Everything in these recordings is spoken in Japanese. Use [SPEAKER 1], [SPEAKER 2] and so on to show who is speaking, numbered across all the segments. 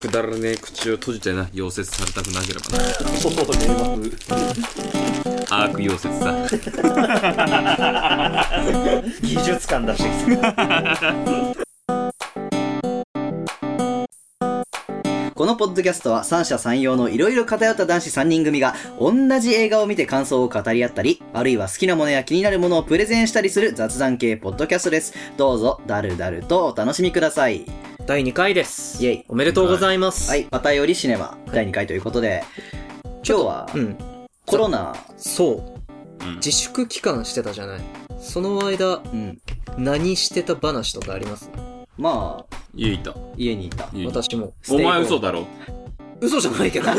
[SPEAKER 1] くだらねえ口を閉じてな、溶接されたくなければな。
[SPEAKER 2] そう迷惑
[SPEAKER 1] アーク溶接さ。
[SPEAKER 2] 技術感出してきた
[SPEAKER 3] このポッドキャストは三者三様のいろいろ偏った男子3人組が同じ映画を見て感想を語り合ったり、あるいは好きなものや気になるものをプレゼンしたりする雑談系ポッドキャストです。どうぞ、だるだるとお楽しみください。
[SPEAKER 4] 第2回です。
[SPEAKER 3] イェイ
[SPEAKER 4] おめでとうございます。
[SPEAKER 3] はい、またよりシネマ第2回ということで、今日は
[SPEAKER 4] うん。
[SPEAKER 3] コロナ、
[SPEAKER 4] そう。
[SPEAKER 1] うん
[SPEAKER 4] 自粛期間してたじゃない。その間、
[SPEAKER 3] うん、
[SPEAKER 4] 何してた話とかあります
[SPEAKER 3] まあ、
[SPEAKER 1] 家いた。
[SPEAKER 3] 家にいた。
[SPEAKER 1] 家いた
[SPEAKER 4] 私も。
[SPEAKER 1] お前嘘だろ。
[SPEAKER 4] 嘘じゃないけ ど。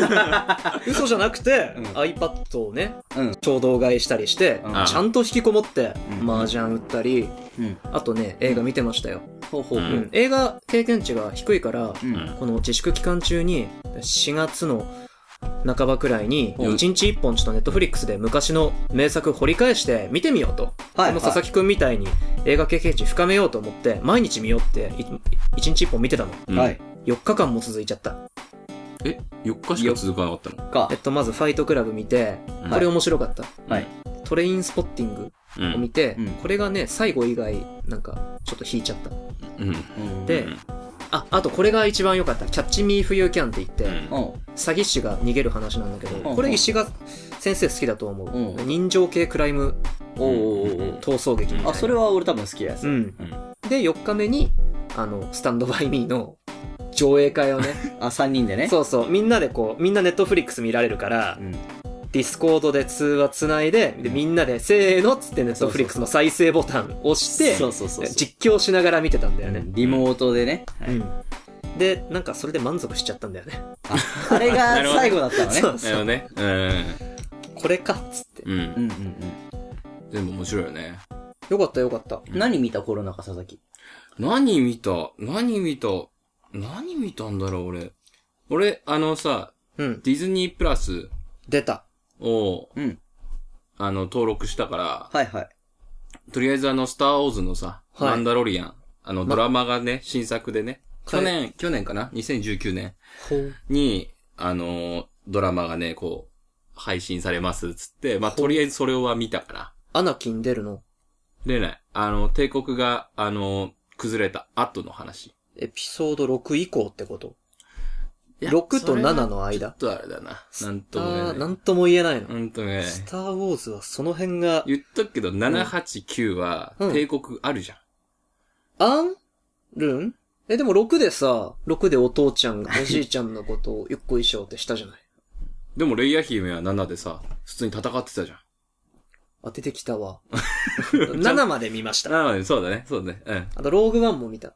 [SPEAKER 4] 嘘じゃなくて、
[SPEAKER 3] うん
[SPEAKER 4] iPad をね、
[SPEAKER 3] うん
[SPEAKER 4] 衝動買いしたりして、
[SPEAKER 3] うん
[SPEAKER 4] ちゃんと引きこもって、
[SPEAKER 3] うん
[SPEAKER 4] 麻雀打ったり、
[SPEAKER 3] うん。
[SPEAKER 4] あとね、映画見てましたよ。
[SPEAKER 3] ほうほうほ
[SPEAKER 1] う
[SPEAKER 3] う。
[SPEAKER 4] うんん、映画経験値が低いから、
[SPEAKER 3] う。
[SPEAKER 1] うんん。
[SPEAKER 4] この自粛期間中に、4月の半ばくらいに、
[SPEAKER 1] うん
[SPEAKER 4] 1日1本ちょっとネットフリックスで昔の名作掘り返して見てみようと。
[SPEAKER 3] はい、
[SPEAKER 4] この佐々
[SPEAKER 3] 木。
[SPEAKER 4] 木くんみたいに映画経験値深めようと思って、毎日見ようって、い一日一本見てたの。
[SPEAKER 1] うん
[SPEAKER 3] はい。。
[SPEAKER 4] 4日間も続いちゃった。
[SPEAKER 1] え、4日しか続かなかったの
[SPEAKER 3] か
[SPEAKER 4] えっ。と、まずファイトクラブ見て、
[SPEAKER 1] うん
[SPEAKER 4] これ面白かった。
[SPEAKER 3] はい。
[SPEAKER 4] トレインスポッティング
[SPEAKER 1] う
[SPEAKER 4] を見
[SPEAKER 1] ん。
[SPEAKER 4] て、
[SPEAKER 3] うん
[SPEAKER 4] これがね、最後以外、なんか、ちょっと引いちゃった。
[SPEAKER 1] うん。
[SPEAKER 3] うん
[SPEAKER 4] で
[SPEAKER 1] うん
[SPEAKER 4] あ、あとこれが一番良かった。キャッチミーフユーキャンって言って、
[SPEAKER 1] うん
[SPEAKER 3] うん。
[SPEAKER 4] 詐欺師が逃げる話なんだけ
[SPEAKER 3] うん
[SPEAKER 4] ど、これ石が先生好きだと思う。
[SPEAKER 3] うん
[SPEAKER 4] 人情系クライム
[SPEAKER 3] おうおうおうおう。
[SPEAKER 4] 逃走劇みたいな。
[SPEAKER 3] あ、それは俺多分好きやつ。
[SPEAKER 4] う
[SPEAKER 3] うん。
[SPEAKER 4] ん。で、4日目に、あの、スタンドバイミーの上映会をね、
[SPEAKER 3] あ、3人でね。
[SPEAKER 4] そうそうみんなでこうみんなネットフリックス見られるから、
[SPEAKER 3] うん。
[SPEAKER 4] ディスコードで通話つないででみんなで「せーの」っつってネットフリックスの再生ボタン押して
[SPEAKER 3] そうそうそうそう。
[SPEAKER 4] 実況しながら見てたんだよね、
[SPEAKER 3] リモートでね。は
[SPEAKER 4] う
[SPEAKER 3] い
[SPEAKER 4] んでなんかそれで満足しちゃったんだよね
[SPEAKER 3] ああれが
[SPEAKER 1] なるほど
[SPEAKER 3] 最後だったのね。
[SPEAKER 4] そう
[SPEAKER 1] だ
[SPEAKER 4] そ
[SPEAKER 1] よ
[SPEAKER 4] う
[SPEAKER 1] ね。
[SPEAKER 4] これかっつって
[SPEAKER 1] うん。うん
[SPEAKER 3] う。んうん
[SPEAKER 1] でも面白いよね。
[SPEAKER 4] よかったよかった
[SPEAKER 3] うん。何見たコロナ禍佐々木。
[SPEAKER 1] 何見た何見た何見たんだろう、俺。俺、あのさ、
[SPEAKER 4] うん
[SPEAKER 1] ディズニープラス
[SPEAKER 4] 出た
[SPEAKER 1] を、
[SPEAKER 3] うん
[SPEAKER 1] あの、登録したから、
[SPEAKER 3] はいはい。
[SPEAKER 1] とりあえずあの、スター・ウォーズのさ、
[SPEAKER 4] はい
[SPEAKER 1] マンダロリアン、あの、ドラマがね、新作でね、去年、去年かな ?2019 年
[SPEAKER 4] ほう
[SPEAKER 1] に、あのードラマがね、こう、配信されます、つって、まあ、とりあえずそれは見たから。
[SPEAKER 4] アナキン出るの
[SPEAKER 1] でね、あの、帝国が、あのー崩れた後の話。
[SPEAKER 4] エピソード6以降ってこと
[SPEAKER 1] いや
[SPEAKER 4] 6と
[SPEAKER 1] それは
[SPEAKER 4] 7の間
[SPEAKER 1] ちょっとあれだな。なんとも言え
[SPEAKER 4] あー
[SPEAKER 1] な。
[SPEAKER 4] ないんとも言えないの、
[SPEAKER 1] なんとも言えない。
[SPEAKER 4] スター・ウォーズはその辺が
[SPEAKER 1] 言っとくけど、7、8、9は、
[SPEAKER 4] うん
[SPEAKER 1] 帝国あるじゃん。
[SPEAKER 4] あんるんえ、でも6でさ、6でお父ちゃんがおじいちゃんのことを一個衣装ってしたじゃない。
[SPEAKER 1] でも、レイヤー姫は7でさ、普通に戦ってたじゃん。
[SPEAKER 4] あ、出てき たわ。7まで見ました。
[SPEAKER 1] ああ、そうだね、そうだね。うん。
[SPEAKER 4] あと、ローグワンも見た。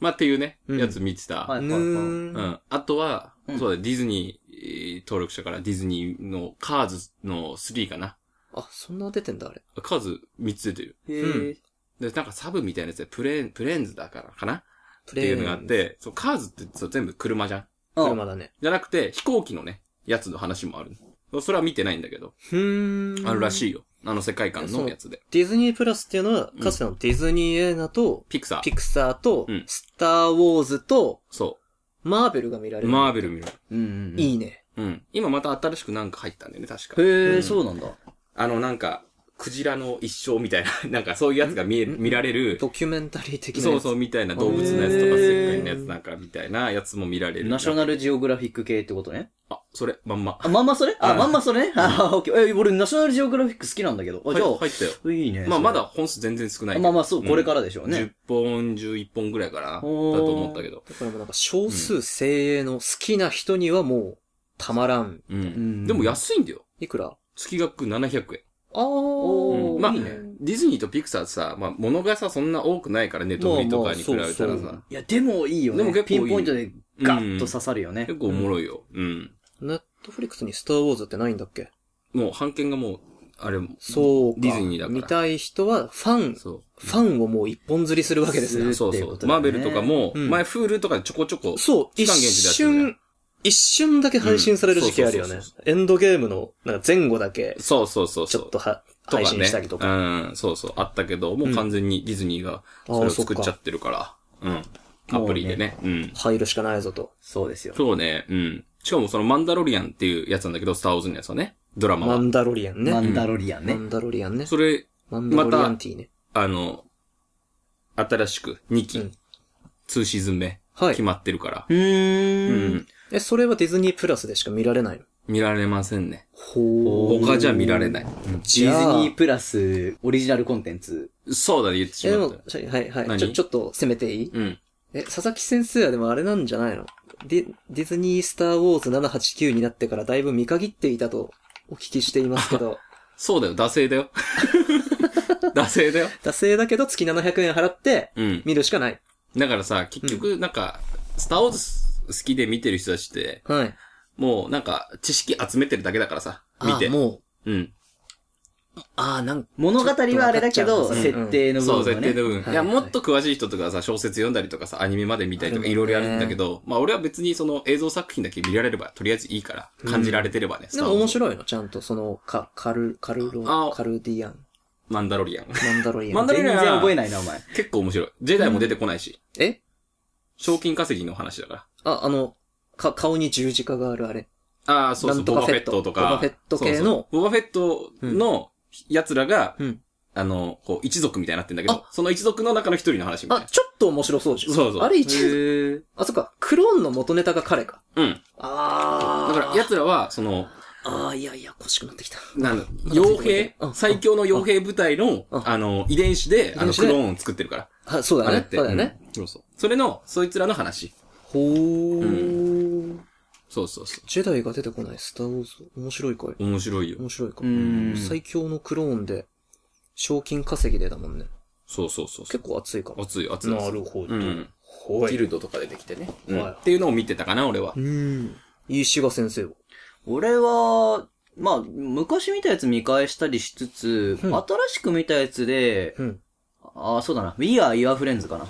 [SPEAKER 1] まあ、っていうね、
[SPEAKER 4] うん
[SPEAKER 1] やつ見てた。
[SPEAKER 3] はい
[SPEAKER 4] ぬ
[SPEAKER 1] う
[SPEAKER 4] ーん。
[SPEAKER 1] ん。あとは、
[SPEAKER 3] うん
[SPEAKER 1] そうだ、ディズニーえー登録したから、ディズニーのカーズの3かな。
[SPEAKER 4] あ、そんな出てんだ、あれ。
[SPEAKER 1] カーズ3つ出てる。
[SPEAKER 3] へ
[SPEAKER 4] うん
[SPEAKER 3] え。
[SPEAKER 1] で、なんかサブみたいなやつで、プレーン、プレーンズだからかな
[SPEAKER 4] プ
[SPEAKER 1] っていうのがあっ
[SPEAKER 4] ン
[SPEAKER 1] て、そう、カーズってそう全部車じゃん。
[SPEAKER 4] 車だね。
[SPEAKER 1] じゃなくて、飛行機のね、やつの話もある。それは見てないんだけど、
[SPEAKER 4] ふーん。
[SPEAKER 1] あるら
[SPEAKER 4] い。
[SPEAKER 1] しいよ。あの世界観のやつで。
[SPEAKER 4] ディズニープラスっていうのは
[SPEAKER 1] う、ん
[SPEAKER 4] かつてのディズニー映画と、
[SPEAKER 1] ピクサー
[SPEAKER 4] ピ。クサーと
[SPEAKER 1] うん、
[SPEAKER 4] スター・ウォーズと、
[SPEAKER 1] そ
[SPEAKER 4] マーベルが見られ
[SPEAKER 1] う。
[SPEAKER 4] る。
[SPEAKER 1] マーベル見る。
[SPEAKER 3] うんうんうん。
[SPEAKER 4] いいね。
[SPEAKER 1] うん。今また新しくなんか入ったんだよね、確か。
[SPEAKER 3] へ
[SPEAKER 1] う
[SPEAKER 3] え、
[SPEAKER 1] ん
[SPEAKER 3] そうなんだ。
[SPEAKER 1] あの、なんか、クジラの一生みたいな、なん かそういうやつが見え、
[SPEAKER 4] ん
[SPEAKER 1] 見られる、
[SPEAKER 4] ドキュメンタリー的な
[SPEAKER 1] そ
[SPEAKER 4] や
[SPEAKER 1] う
[SPEAKER 4] つ。
[SPEAKER 1] そう、みたいな
[SPEAKER 4] あ
[SPEAKER 1] 動物のやつとか、
[SPEAKER 3] へー
[SPEAKER 1] 世界のやつなんかみたいなやつも見られる。
[SPEAKER 3] ナショナルジオグラフィック系ってことね。
[SPEAKER 1] あ、それ、まんま。
[SPEAKER 3] あ、まんまそれあ、
[SPEAKER 1] うん
[SPEAKER 3] まんまそれね。あ、オッケー。え、俺、ナショナルジオグラフィック好きなんだけど。あ、じゃ
[SPEAKER 1] 入入ったよ。
[SPEAKER 3] あ、いいね。
[SPEAKER 1] まあ、
[SPEAKER 3] それ
[SPEAKER 1] まだ。本数全然少ないけど。
[SPEAKER 3] まあまあ、そう、これからでしょう
[SPEAKER 1] 10
[SPEAKER 3] ね。
[SPEAKER 1] 本、11本ぐらいかな。だ
[SPEAKER 3] おー
[SPEAKER 1] と思ったけど。
[SPEAKER 4] だからもうなんか少数精鋭の好きな人にはもうたまらん。
[SPEAKER 1] うん。
[SPEAKER 3] ん
[SPEAKER 1] でも安いんだよ。
[SPEAKER 4] いくら
[SPEAKER 1] 月額700円。
[SPEAKER 4] あ
[SPEAKER 3] お
[SPEAKER 1] ー
[SPEAKER 4] まあ
[SPEAKER 1] いい
[SPEAKER 3] ね
[SPEAKER 1] ディズニーとピクサーさ、まあ、物がさ、そんな多くないからね、ネットフリとかに比べたらさ。
[SPEAKER 4] まあまあそうそ
[SPEAKER 3] いや、でもいいよね。
[SPEAKER 1] でも結構いい
[SPEAKER 3] ピンポイントでガッと刺さるよね。
[SPEAKER 1] 結構おもろいよ。うん。
[SPEAKER 4] ネットフリックスにスターウォーズってないんだっけ
[SPEAKER 1] もう、版権がもう、あれも。
[SPEAKER 4] そうか。
[SPEAKER 1] ディズニーだから
[SPEAKER 4] 見たい人はファン、フ
[SPEAKER 1] そう。
[SPEAKER 4] ァンをもう一本釣りするわけです
[SPEAKER 3] す
[SPEAKER 4] ね。
[SPEAKER 1] そう
[SPEAKER 3] っていう
[SPEAKER 1] そ
[SPEAKER 3] こ
[SPEAKER 1] う。
[SPEAKER 3] とだ
[SPEAKER 1] マ
[SPEAKER 3] よ
[SPEAKER 1] ー
[SPEAKER 3] ね
[SPEAKER 1] ベルとかも、
[SPEAKER 4] うん
[SPEAKER 1] 前フールとかでちょこちょこ。
[SPEAKER 4] そう、
[SPEAKER 1] 期
[SPEAKER 4] 一
[SPEAKER 1] 間限定でやってるね
[SPEAKER 4] 瞬、一瞬だけ配信される時期あるよ
[SPEAKER 1] うん
[SPEAKER 4] ね
[SPEAKER 1] そうそう。
[SPEAKER 4] エンドゲームのなんか前後だけ、
[SPEAKER 1] そうそうそう
[SPEAKER 4] ち
[SPEAKER 1] そ
[SPEAKER 4] ょ
[SPEAKER 1] う。
[SPEAKER 4] っとは
[SPEAKER 1] かね
[SPEAKER 4] 配信したりとか。
[SPEAKER 1] うん、そうそう。あったけど、もう完全にディズニーが
[SPEAKER 4] あー
[SPEAKER 1] それを作っちゃってるから。うん。アプリでね。うん。
[SPEAKER 4] 入るしかないぞと。
[SPEAKER 3] そうですよ。
[SPEAKER 1] そうね、うん。しかもそのマンダロリアンっていうやつなんだけど、スターウォーズのやつはね、ドラマ
[SPEAKER 4] マ
[SPEAKER 1] は。
[SPEAKER 4] ンダロリアンね。
[SPEAKER 3] マ
[SPEAKER 4] マ
[SPEAKER 3] ンダロリアンね。
[SPEAKER 4] ンダロリアンね。
[SPEAKER 1] それ、
[SPEAKER 4] マンダロリアンティーね。
[SPEAKER 1] あの、新しく2期、
[SPEAKER 4] うん
[SPEAKER 1] 2シーズン目、
[SPEAKER 4] はい
[SPEAKER 1] 決。まってるから、
[SPEAKER 3] う
[SPEAKER 1] う
[SPEAKER 3] ーん。
[SPEAKER 1] ん。
[SPEAKER 4] え、それはディズニープラスでしか見られないの
[SPEAKER 1] 見られませんね。
[SPEAKER 4] ほ
[SPEAKER 1] 他じゃ見られない。
[SPEAKER 3] ディズニープラスオリジナルコンテンツ。
[SPEAKER 1] そうだね、言ってし
[SPEAKER 4] え、で
[SPEAKER 1] まっ
[SPEAKER 4] も
[SPEAKER 1] た。、
[SPEAKER 4] しはいはい。
[SPEAKER 1] 何
[SPEAKER 4] ちょ、ちょっと攻めていい
[SPEAKER 1] うん。
[SPEAKER 4] え、佐々木先生はでもあれなんじゃないのディディズニースターウォーズ789になってからだいぶ見限っていたとお聞きしていますけ ど、
[SPEAKER 1] そうだよ、惰性だ よ。惰性だよ。
[SPEAKER 4] 惰性だけど月700円払って
[SPEAKER 1] うん。
[SPEAKER 4] 見るしかない。
[SPEAKER 1] だからさ、結局、なんか、スターウォーズ好きで見てる人たちって、
[SPEAKER 4] はい。
[SPEAKER 1] もうなんか、知識集めてるだけだからさ、見て。
[SPEAKER 4] あ、も
[SPEAKER 1] うん。
[SPEAKER 4] う、ああ、なんか、
[SPEAKER 3] 物語はあれだけど、
[SPEAKER 4] ちょっと分かっちゃう
[SPEAKER 3] 設定の部
[SPEAKER 1] そう、
[SPEAKER 3] 分は
[SPEAKER 1] 絶対
[SPEAKER 3] ね
[SPEAKER 1] の。部分。
[SPEAKER 4] はい
[SPEAKER 1] いや、
[SPEAKER 4] はい
[SPEAKER 1] もっと詳しい人とかさ、小説読んだりとかさ、アニメまで見たりと
[SPEAKER 4] あ
[SPEAKER 1] か、
[SPEAKER 4] るもんね
[SPEAKER 1] いろいろやるんだけど、まあ俺は別にその映像作品だけ見られれば、とりあえずいいから、感じられてればね。
[SPEAKER 4] でも面
[SPEAKER 1] い。
[SPEAKER 4] 白いのちゃんとその、か、カル、カルロ、
[SPEAKER 1] あ
[SPEAKER 4] カルディアン、
[SPEAKER 1] マンダロリアン。
[SPEAKER 4] マンダロリアン。
[SPEAKER 1] マンダロ
[SPEAKER 3] 全
[SPEAKER 1] リアン
[SPEAKER 3] 然覚えないな、お前。
[SPEAKER 1] 結構面白い。ジェダイも出てこないし、
[SPEAKER 4] え
[SPEAKER 1] 賞金稼ぎの話だから。
[SPEAKER 4] あ、あの、か、顔に十字架があるあれ。
[SPEAKER 1] ああ、そうそ
[SPEAKER 4] な
[SPEAKER 1] う、
[SPEAKER 4] んと
[SPEAKER 1] ボ
[SPEAKER 4] か
[SPEAKER 1] バ
[SPEAKER 4] フ
[SPEAKER 1] フ
[SPEAKER 4] ェ
[SPEAKER 1] ェ
[SPEAKER 4] ッ
[SPEAKER 1] ッ
[SPEAKER 4] ト
[SPEAKER 1] トとか。
[SPEAKER 4] ボバフェット系の
[SPEAKER 1] そうそうボバフェットの奴らが、
[SPEAKER 4] うん
[SPEAKER 1] あの、こう、一族みたいになってんだけど、その一族の中の一人の話みたい
[SPEAKER 4] あ
[SPEAKER 1] な、。
[SPEAKER 4] ちょっと面白そうじゃん。
[SPEAKER 1] そうそう
[SPEAKER 4] あれ一時、
[SPEAKER 3] へー
[SPEAKER 4] あ、そっか、クローンの元ネタが彼か。
[SPEAKER 1] うん。
[SPEAKER 4] あ
[SPEAKER 1] だ
[SPEAKER 4] あ。
[SPEAKER 1] から、奴らは、その、
[SPEAKER 4] ああ、いやいや、欲しくなってきた。
[SPEAKER 1] なんだ、
[SPEAKER 4] まだ
[SPEAKER 1] 傭
[SPEAKER 4] ついて
[SPEAKER 1] 兵
[SPEAKER 4] こないうん
[SPEAKER 1] 最強の傭兵部隊の、
[SPEAKER 4] うん
[SPEAKER 1] あの、遺伝子で、あ
[SPEAKER 4] 遺伝
[SPEAKER 1] の、
[SPEAKER 4] 子
[SPEAKER 1] ク
[SPEAKER 4] で
[SPEAKER 1] ローンを作ってるから。
[SPEAKER 4] あ、そうだ
[SPEAKER 1] あれっ
[SPEAKER 4] ね。
[SPEAKER 1] て。
[SPEAKER 4] そうだよね。
[SPEAKER 1] うんそうそう。それの、そいつらの話。
[SPEAKER 4] ほー、
[SPEAKER 1] そうそうそ。
[SPEAKER 4] ジェダイが出てこない、スターウォーズ。面白いかいう
[SPEAKER 1] 面白いよ。
[SPEAKER 4] 面白いか
[SPEAKER 3] う。ん。
[SPEAKER 4] 最強のクローンで、賞金稼ぎでだもんね。
[SPEAKER 1] そうそうそうそう。
[SPEAKER 4] 結構熱いかも。
[SPEAKER 1] 熱い、熱い。
[SPEAKER 2] なるほ
[SPEAKER 1] う
[SPEAKER 2] ど。
[SPEAKER 1] ん。
[SPEAKER 2] ほ
[SPEAKER 1] ギ
[SPEAKER 2] い。
[SPEAKER 1] ルドとか出てきてね。う
[SPEAKER 2] は
[SPEAKER 1] ん
[SPEAKER 2] い
[SPEAKER 1] っていうのを見てたかな、俺は
[SPEAKER 4] う。ん。石賀先生は。
[SPEAKER 3] 俺は、まあ、昔見たやつ見返したりしつつ、
[SPEAKER 4] うん
[SPEAKER 3] 新しく見たやつで、
[SPEAKER 4] うん。
[SPEAKER 3] ああ、そうだな。We are your friends かな。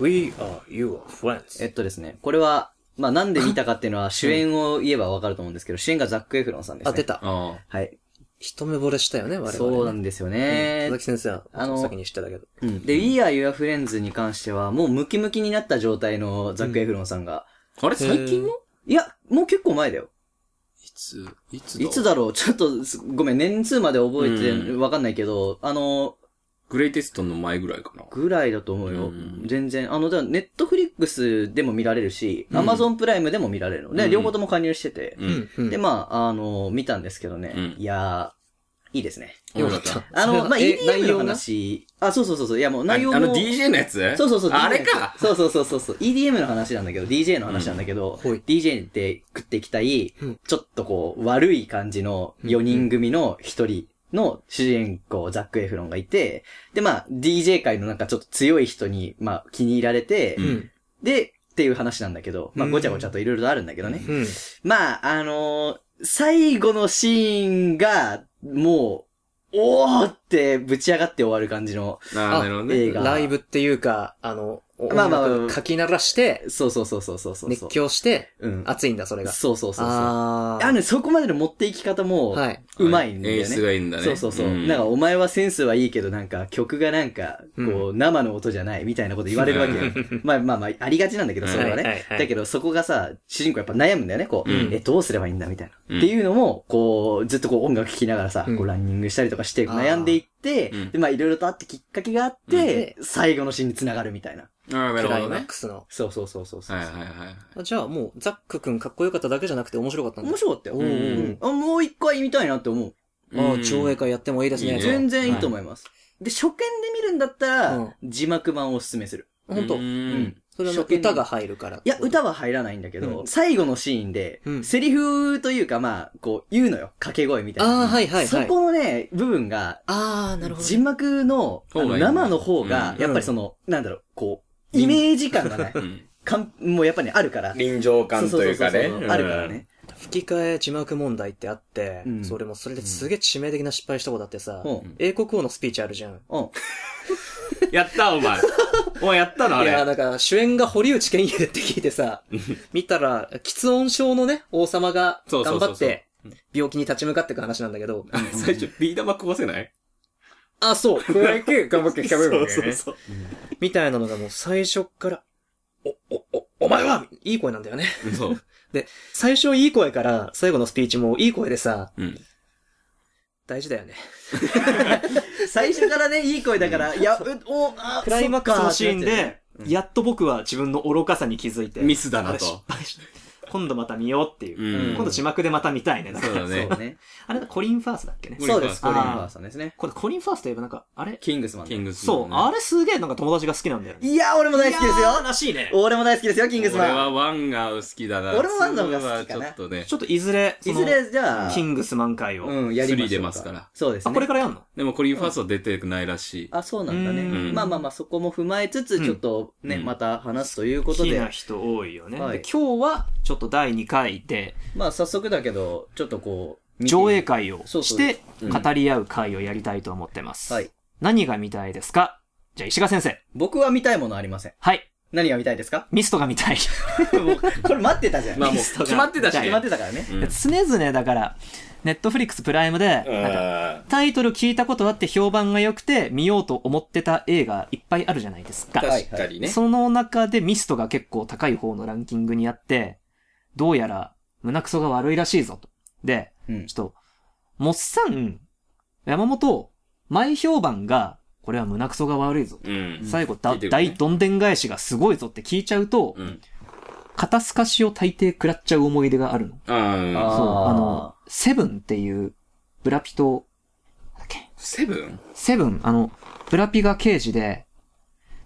[SPEAKER 2] We are your friends.
[SPEAKER 3] えっとですね、これは、まあなんで見たかっていうのは主演を言えばわかると思うんですけど、主演がザック・エフロンさんですね。
[SPEAKER 4] あ、出た。
[SPEAKER 1] ああ。
[SPEAKER 3] はい。
[SPEAKER 4] 一目惚れしたよね、我々、ね。
[SPEAKER 3] そうなんですよね
[SPEAKER 4] 佐。々木先生は、
[SPEAKER 3] あ
[SPEAKER 4] あ
[SPEAKER 3] の
[SPEAKER 4] の、先に知ってたけど。
[SPEAKER 3] うんで、We Are Your Friends に関しては、もうムキムキになった状態のザック・エフロンさんが、
[SPEAKER 1] あれ、最近の
[SPEAKER 4] へー
[SPEAKER 3] いや、もう結構前だよ。
[SPEAKER 1] いつ、いつ
[SPEAKER 3] いつ
[SPEAKER 1] だ
[SPEAKER 3] だろうちょっとす、ごめん、年数まで覚えて
[SPEAKER 1] うん
[SPEAKER 3] わかんないけど、あの、
[SPEAKER 1] グレイテストの前ぐらいかな。
[SPEAKER 3] ぐらいだと思うよ。
[SPEAKER 1] うん
[SPEAKER 3] 全然。あの、だからネットフリックスでも見られるし、
[SPEAKER 1] うん
[SPEAKER 3] アマゾンプライムでも見られるの。で、
[SPEAKER 1] うん
[SPEAKER 3] 両方とも加入してて。
[SPEAKER 1] う。ん。
[SPEAKER 4] うん。
[SPEAKER 3] で、まあ、あの、見たんですけどね。
[SPEAKER 1] うん
[SPEAKER 3] いやー、いいですね。
[SPEAKER 1] よかった。
[SPEAKER 3] あの、まあ、
[SPEAKER 4] え
[SPEAKER 3] EDM
[SPEAKER 4] 内
[SPEAKER 3] の
[SPEAKER 4] 容が
[SPEAKER 3] 話。あ、そうそうそうそう。いや、もう
[SPEAKER 1] ああ
[SPEAKER 3] 内容も。
[SPEAKER 1] の DJ のやつ
[SPEAKER 3] そうそうそう。
[SPEAKER 1] あ
[SPEAKER 3] DJ
[SPEAKER 1] れか
[SPEAKER 3] そうそうそうそうそう。EDM の話なんだけど、DJ の話なんだけど、
[SPEAKER 4] うんほい
[SPEAKER 3] DJ って食っていきたい、
[SPEAKER 4] うん
[SPEAKER 3] ちょっとこう、悪い感じの4人組の1人の主人公、ザック・エフロンがいて、で、まあ、DJ 界のなんかちょっと強い人に、まあ、気に入られて、
[SPEAKER 1] うん
[SPEAKER 4] うん。
[SPEAKER 3] で、っていう話なんだけど、まあ、
[SPEAKER 4] うん
[SPEAKER 3] ごちゃごちゃといろいろとあるんだけどね。
[SPEAKER 4] うん。
[SPEAKER 3] まあ、あのー最後のシーンが、もう、おーってぶち上がって終わる感じの、
[SPEAKER 1] ああ、なるほど
[SPEAKER 3] 映
[SPEAKER 1] ね
[SPEAKER 3] 画。
[SPEAKER 4] ライブっていうか、あの、
[SPEAKER 3] ま
[SPEAKER 4] ま
[SPEAKER 3] あ
[SPEAKER 4] あ
[SPEAKER 3] まあ
[SPEAKER 4] ま
[SPEAKER 3] まあ
[SPEAKER 4] あ、書き鳴らして、
[SPEAKER 3] そうそうそうそうそうそう。
[SPEAKER 4] 熱狂して、
[SPEAKER 3] うん。
[SPEAKER 4] 熱いんだ、それが。
[SPEAKER 3] そうそうそうそう。あ
[SPEAKER 4] あ
[SPEAKER 3] の
[SPEAKER 4] ー
[SPEAKER 3] ね、そこまでの持っていき方も、
[SPEAKER 4] はい。
[SPEAKER 3] うまいんだよね。
[SPEAKER 1] 演出がいいんだね。
[SPEAKER 3] そうそうそう。
[SPEAKER 1] ん
[SPEAKER 3] なんか、お前はセンスはいいけど、なんか、曲がなんか、こう、生の音じゃないみたいなこと言われるわけよ。まあまあまあ、ありがちなんだけど、それは
[SPEAKER 4] はい
[SPEAKER 3] ね。
[SPEAKER 4] はいはい
[SPEAKER 3] だけど、そこがさ、主人公やっぱ悩むんだよね、こう
[SPEAKER 1] うん。
[SPEAKER 3] え、どうすればいいんだみたい
[SPEAKER 1] うん
[SPEAKER 3] な。っていうのも、こう、ずっとこう音楽聴きながらさ
[SPEAKER 4] う、ん
[SPEAKER 3] こうランニングしたりとかして悩んでいって
[SPEAKER 1] う、ん
[SPEAKER 3] で、まあいろいろとあってきっかけがあって、最後のシーンに繋がるみたいな。
[SPEAKER 1] ああ、な
[SPEAKER 4] ク
[SPEAKER 1] る
[SPEAKER 4] ラ
[SPEAKER 1] ほ
[SPEAKER 4] イ
[SPEAKER 1] ど
[SPEAKER 4] マッ
[SPEAKER 1] ね。
[SPEAKER 4] クスの。
[SPEAKER 3] そうそうそうそうそう
[SPEAKER 1] はい。はいはい。
[SPEAKER 4] あじゃあもう、ザックくんかっこよかっただけじゃなくて面白かったんだ
[SPEAKER 3] 面。白かったよ。
[SPEAKER 4] う
[SPEAKER 1] う
[SPEAKER 4] ん
[SPEAKER 1] ん
[SPEAKER 3] うんあもう一回見たいなって思う。
[SPEAKER 4] ああ、上映会やってもいいです
[SPEAKER 1] いい
[SPEAKER 4] ね。
[SPEAKER 1] ね
[SPEAKER 3] 全然いいと思います。で、初見で見るんだったら
[SPEAKER 4] うん、
[SPEAKER 3] 字幕版をおすすめする。
[SPEAKER 4] ほんと
[SPEAKER 1] う。
[SPEAKER 3] うん
[SPEAKER 1] ん。
[SPEAKER 4] それは
[SPEAKER 3] 初見
[SPEAKER 4] 歌が入るから。
[SPEAKER 3] いや、歌は入らないんだけど、
[SPEAKER 4] うん
[SPEAKER 3] 最後のシーンで、
[SPEAKER 4] うん
[SPEAKER 3] セリフというか、まあ、こう、言うのよ。掛け声みたいな。
[SPEAKER 4] ああ、はいはいはい。
[SPEAKER 3] そこのね、部分が、
[SPEAKER 4] ああ、なるほど。
[SPEAKER 3] 字幕の、あ
[SPEAKER 1] 方
[SPEAKER 3] の
[SPEAKER 1] がいいんだ
[SPEAKER 3] 生の方が
[SPEAKER 1] う、ん
[SPEAKER 3] やっぱりその、なんだろう、こう、イメージ感がね
[SPEAKER 1] う、ん。
[SPEAKER 3] かんもうやっぱりね、あるから。
[SPEAKER 2] 臨場感というかね。
[SPEAKER 3] そうそうそうそうあるからね。
[SPEAKER 4] 吹き替え字幕問題ってあって、
[SPEAKER 3] うん
[SPEAKER 4] それもそれですげえ致命的な失敗したことあってさ、
[SPEAKER 3] うん。
[SPEAKER 4] 英国王のスピーチあるじゃん。
[SPEAKER 3] うん。
[SPEAKER 1] やったお前。お前やったのあ
[SPEAKER 4] いや、
[SPEAKER 1] れ。
[SPEAKER 4] なんか、主演が堀内健優って聞いてさ、見たら、喫音症のね、王様が
[SPEAKER 1] そうそ
[SPEAKER 4] 頑
[SPEAKER 1] うそ
[SPEAKER 4] 張
[SPEAKER 1] う
[SPEAKER 4] っ
[SPEAKER 1] そう
[SPEAKER 4] て、病気に立ち向かっていく話なんだけど、
[SPEAKER 1] 最初、ビー玉食わせない
[SPEAKER 4] あ、そう、
[SPEAKER 2] プロ野球頑張って頑張
[SPEAKER 1] そう
[SPEAKER 2] って
[SPEAKER 1] そう
[SPEAKER 2] ね。
[SPEAKER 1] そう。
[SPEAKER 4] みたいなのがもう最初っから、お、お、お、お前はいい声なんだよね。
[SPEAKER 1] そう。
[SPEAKER 4] 最初いい声から、最後のスピーチもいい声でさ、
[SPEAKER 1] うん。
[SPEAKER 4] 大事だよね。
[SPEAKER 3] 最初からね、いい声だから、いや、う、お、あ、
[SPEAKER 4] クライマックスのシー
[SPEAKER 3] そ
[SPEAKER 4] ン
[SPEAKER 3] っかーってなっちゃうね
[SPEAKER 4] で、やっと僕は自分の愚かさに気づいて。
[SPEAKER 1] ミスだ
[SPEAKER 4] あ
[SPEAKER 1] な
[SPEAKER 4] れ失
[SPEAKER 1] と。
[SPEAKER 4] 敗し今度また見ようっていう。
[SPEAKER 1] うん。
[SPEAKER 4] 今度字幕でまた見たいね。だか
[SPEAKER 1] そう
[SPEAKER 4] ら
[SPEAKER 1] だね
[SPEAKER 3] そう。ね。
[SPEAKER 4] あれコリン・ファースだっけね。
[SPEAKER 1] コリン
[SPEAKER 3] そうです、
[SPEAKER 1] フ
[SPEAKER 3] コ
[SPEAKER 4] ァ
[SPEAKER 3] リ
[SPEAKER 4] ー
[SPEAKER 3] ン
[SPEAKER 4] ス
[SPEAKER 3] ファーさんですね。
[SPEAKER 4] これコリン・ファースといえばなんか、あれ
[SPEAKER 3] キングスマン
[SPEAKER 1] キ
[SPEAKER 3] ね。
[SPEAKER 1] ングスマン
[SPEAKER 4] そう、あれすげえなんか友達が好きなんだよね。
[SPEAKER 3] いや、俺も大好きです
[SPEAKER 4] いやー
[SPEAKER 3] よ。
[SPEAKER 4] らしいね。
[SPEAKER 3] 俺も大好きですよ、キングス
[SPEAKER 1] 俺
[SPEAKER 3] マ
[SPEAKER 1] は
[SPEAKER 3] ン。
[SPEAKER 1] ワンが好きだな。
[SPEAKER 3] 俺もワンの方が好きか
[SPEAKER 1] ツー
[SPEAKER 3] な
[SPEAKER 1] はちょっとね
[SPEAKER 4] ち。ょっといずれ、そ
[SPEAKER 3] い
[SPEAKER 4] の
[SPEAKER 3] ずれ、じゃあ、
[SPEAKER 4] キングスマン会を。
[SPEAKER 3] うん、やりましょ
[SPEAKER 1] スリ
[SPEAKER 3] う
[SPEAKER 1] ー出ますから
[SPEAKER 3] そうです
[SPEAKER 4] あ、
[SPEAKER 3] ね。
[SPEAKER 4] これからやんの
[SPEAKER 1] でもコリンファーストは出てないらしい。
[SPEAKER 3] あ、そうなんだね。
[SPEAKER 4] うん
[SPEAKER 3] まあまあまあ、そこも踏まえつつ、
[SPEAKER 4] うん
[SPEAKER 3] ちょっとね、
[SPEAKER 1] うん
[SPEAKER 3] また話すという
[SPEAKER 4] 好
[SPEAKER 3] こと
[SPEAKER 4] き
[SPEAKER 3] で、
[SPEAKER 4] な人多いよね。
[SPEAKER 3] はい
[SPEAKER 4] で今日は、ちょっと第2回で、
[SPEAKER 3] まあ早速だけど、ちょっとこう、
[SPEAKER 4] 上映
[SPEAKER 3] か。
[SPEAKER 4] 会を
[SPEAKER 3] そう
[SPEAKER 4] し
[SPEAKER 3] そう
[SPEAKER 4] て、
[SPEAKER 3] うん
[SPEAKER 4] 語り合う会をやりたいと思ってます。
[SPEAKER 3] はい。
[SPEAKER 4] 何が見たいですかじゃあ、石川先生。
[SPEAKER 3] 僕は見たいものありません。
[SPEAKER 4] はい。
[SPEAKER 3] 何が見たいです か
[SPEAKER 4] ミストが見たい。
[SPEAKER 3] これ待ってたじゃん。
[SPEAKER 1] まあもう、
[SPEAKER 4] リストが
[SPEAKER 1] 決まってたし
[SPEAKER 3] 決
[SPEAKER 1] ね
[SPEAKER 3] ま。ってたからね。
[SPEAKER 1] うん
[SPEAKER 4] 常々だから、ネットフリックスプライムで、なんか
[SPEAKER 2] あ
[SPEAKER 4] タイトル聞いたことあって評判が良くて見ようと思ってた映画いっぱいあるじゃないですか。
[SPEAKER 3] はい
[SPEAKER 2] ー確かにね。
[SPEAKER 4] その中でミストが結構高い方のランキングにあって、どうやら胸クソが悪いらしいぞと。で、
[SPEAKER 3] うん
[SPEAKER 4] ちょっと、もっさん、山本、前評判が、これは胸クソが悪いぞ。
[SPEAKER 1] うん。
[SPEAKER 4] 最後、だ
[SPEAKER 1] 聞いてるね
[SPEAKER 4] 大どんでん返しがすごいぞって聞いちゃうと、
[SPEAKER 1] うん。
[SPEAKER 4] 肩透かしを大抵食らっちゃう思い出があるの。
[SPEAKER 1] あ
[SPEAKER 3] あー
[SPEAKER 1] あ。
[SPEAKER 4] そう、あの、セブンっていう、ブラピと、なんだっけ
[SPEAKER 1] セブン
[SPEAKER 4] セブン、あの、ブラピが刑事で、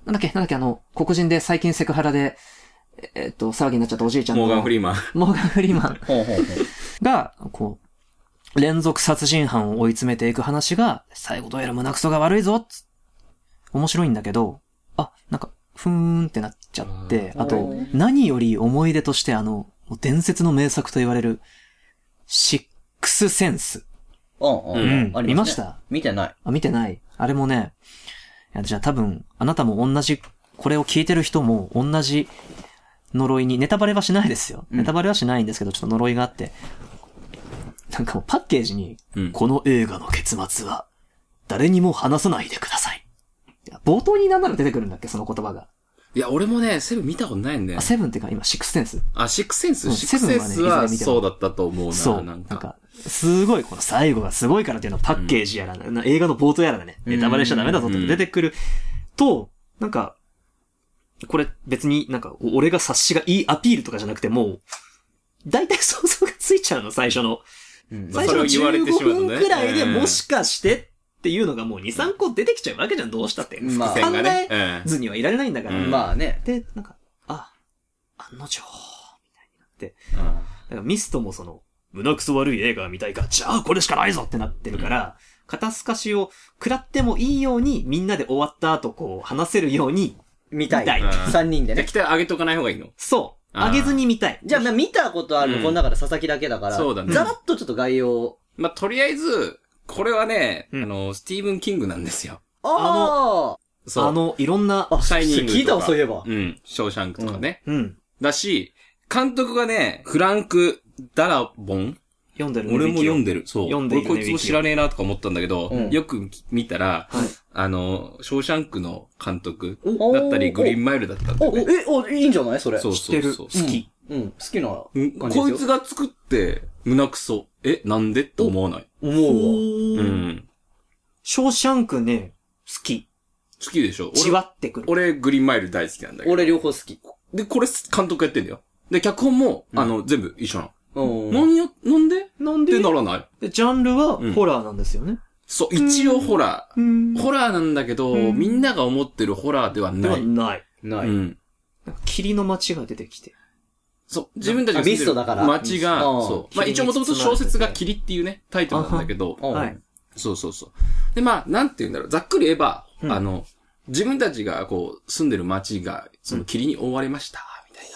[SPEAKER 4] なんだっけ、なんだっけ、あの、黒人で最近セクハラで、ええっと、騒ぎになっちゃったおじいちゃんの。
[SPEAKER 1] モーガン・フ
[SPEAKER 4] リ
[SPEAKER 1] リーマン。
[SPEAKER 4] ーマン。モーガン・フリーマン
[SPEAKER 3] ほうほうほう。
[SPEAKER 4] が、こう、連続殺人犯を追い詰めていく話が、最後どうやら胸クソが悪いぞつ面白いんだけど、あ、なんか、ふーんってなっちゃって、
[SPEAKER 3] うんなるほ
[SPEAKER 4] あと
[SPEAKER 3] どね、
[SPEAKER 4] 何より思い出としてあの、もう伝説の名作と言われる、シックスセンス。
[SPEAKER 3] うんうん
[SPEAKER 4] うん
[SPEAKER 3] ありすね
[SPEAKER 4] 見ました
[SPEAKER 3] 見てない。
[SPEAKER 4] あ、見てない。あれもね、いやじゃあ多分、あなたも同じ、これを聞いてる人も同じ呪いに、ネタバレはしないですよ。
[SPEAKER 3] うん
[SPEAKER 4] ネタバレはしないんですけど、ちょっと呪いがあって。なんかもうパッケージに、
[SPEAKER 1] うん。
[SPEAKER 4] この映画の結末は、誰にも話さないでください。いや冒頭に何なら出てくるんだっけ、その言葉が。
[SPEAKER 1] いや、俺もね、セブン見たことないんだよ
[SPEAKER 4] あ、。セブンっていうか、今、シックスセンス。
[SPEAKER 1] あ、シックスセン
[SPEAKER 4] う
[SPEAKER 1] ス
[SPEAKER 4] ん
[SPEAKER 1] シックスセンス
[SPEAKER 4] セブンはね
[SPEAKER 1] はい
[SPEAKER 4] ずれ見ても
[SPEAKER 1] そうだったと思うな。
[SPEAKER 4] そう。
[SPEAKER 1] な
[SPEAKER 4] なんん
[SPEAKER 1] か。
[SPEAKER 4] か、すごい、この最後がすごいからっていうのはパッケージやら、な映画の冒頭やらね、ネタバレしちゃダメだぞって出てくると、なんか、これ別になんか、お俺が察しがいいアピールとかじゃなくてもう、大体想像がついちゃうの、最初の。
[SPEAKER 3] うん
[SPEAKER 1] まあ
[SPEAKER 4] 最初の
[SPEAKER 1] それを言われてしまうと
[SPEAKER 4] 15
[SPEAKER 1] ね
[SPEAKER 4] 分くらいでもしかしてっていうのがもう2、3個出てきちゃうわけじゃん、どうしたって。
[SPEAKER 3] まあ
[SPEAKER 4] 考
[SPEAKER 1] 線がね。
[SPEAKER 4] え
[SPEAKER 1] うん
[SPEAKER 4] ずにはいられないんだから。
[SPEAKER 1] うん
[SPEAKER 3] まあね。
[SPEAKER 4] で、なんか、あ、案の定、だからミストもその、胸くそ悪い映画が見たいか、じゃあこれしかないぞってなってるから、肩透かしを食らってもいいように、みんなで終わった後こう、話せるように、
[SPEAKER 3] 見た
[SPEAKER 4] 見た
[SPEAKER 3] い
[SPEAKER 4] い。
[SPEAKER 1] うん
[SPEAKER 3] 三人で
[SPEAKER 1] じゃあ
[SPEAKER 3] ね。
[SPEAKER 1] 期待上げとかない方がいいの
[SPEAKER 4] そう、
[SPEAKER 1] あー
[SPEAKER 4] 上げずに見たい。
[SPEAKER 3] じゃあ、まあ見たことある
[SPEAKER 1] うん
[SPEAKER 3] この中で佐々木だけだから、
[SPEAKER 1] そうだね
[SPEAKER 3] ざらっとちょっと概要を。
[SPEAKER 1] まあ、とりあえず、これはね、あ
[SPEAKER 4] うん
[SPEAKER 1] の、スティーブン・キングなんですよ。
[SPEAKER 3] あ
[SPEAKER 1] そう。
[SPEAKER 4] あの、いろんな
[SPEAKER 3] あ、あ、
[SPEAKER 1] シャイニングとか
[SPEAKER 3] 聞いたわ、そういえば。
[SPEAKER 1] うん。ショーシャンクとかね。
[SPEAKER 4] うん、
[SPEAKER 1] だし、監督がね、フランク・ダラボン
[SPEAKER 4] 読んでる
[SPEAKER 1] 俺も読ん
[SPEAKER 4] で
[SPEAKER 1] でる。そう。
[SPEAKER 4] 読んでいるね
[SPEAKER 1] 俺こいつも知らねえなとか思ったんだけど、
[SPEAKER 3] うん
[SPEAKER 1] よく見たら、
[SPEAKER 4] はい
[SPEAKER 1] あの、ショーシャンクの監督
[SPEAKER 3] お
[SPEAKER 1] だったり、グリーンマイルだったんだ
[SPEAKER 3] お、
[SPEAKER 1] よ
[SPEAKER 3] お
[SPEAKER 1] ね。
[SPEAKER 3] え、お、いいんじゃないそれ。
[SPEAKER 1] そう
[SPEAKER 4] 知って
[SPEAKER 1] そう
[SPEAKER 4] る。
[SPEAKER 1] そ
[SPEAKER 4] 好
[SPEAKER 1] う。
[SPEAKER 4] き。
[SPEAKER 3] うん、好きな感
[SPEAKER 1] う
[SPEAKER 3] じ
[SPEAKER 1] ん
[SPEAKER 3] ですよ。
[SPEAKER 1] こいつが作って、胸くそ。え、なんでって思わない。
[SPEAKER 3] 思うわ。
[SPEAKER 1] う
[SPEAKER 4] うん
[SPEAKER 1] ん。
[SPEAKER 4] ショーシャンクね、好き。
[SPEAKER 1] 好きでしょ
[SPEAKER 4] じわってくる。
[SPEAKER 1] 俺、俺グリーンマイル大好きなんだけど。
[SPEAKER 3] 俺両方好き。
[SPEAKER 1] で、これ監督やってんだよ。で、脚本も、あの、全部一緒な
[SPEAKER 3] うん。
[SPEAKER 1] の。何や、なんでっ
[SPEAKER 4] なんで
[SPEAKER 1] てならない
[SPEAKER 4] でジャンルは
[SPEAKER 1] うん
[SPEAKER 4] ホラーなんですよね。
[SPEAKER 1] そう、一応ホラ
[SPEAKER 4] うん
[SPEAKER 1] ー。ホラーなんだけど、
[SPEAKER 4] うん
[SPEAKER 1] みんなが思ってるホラーでは
[SPEAKER 4] で
[SPEAKER 1] な。
[SPEAKER 4] はいない。
[SPEAKER 3] な
[SPEAKER 1] う
[SPEAKER 3] い。
[SPEAKER 1] ん。
[SPEAKER 4] なんか霧の街が出てきて。
[SPEAKER 1] そう、自分たちが住んでる
[SPEAKER 3] あミストだから
[SPEAKER 1] 街が、
[SPEAKER 3] うん
[SPEAKER 1] そう。まあ
[SPEAKER 4] 霧に
[SPEAKER 1] 一応もともと小説が霧っていうね、タイトルなんだけど、
[SPEAKER 3] うん
[SPEAKER 4] はい。
[SPEAKER 1] そうそうそう。で、まあ、なんて言うんだろう。ざっくり言えば、
[SPEAKER 4] うん
[SPEAKER 1] あの、自分たちがこう、住んでる街が、その霧に覆われました、みたい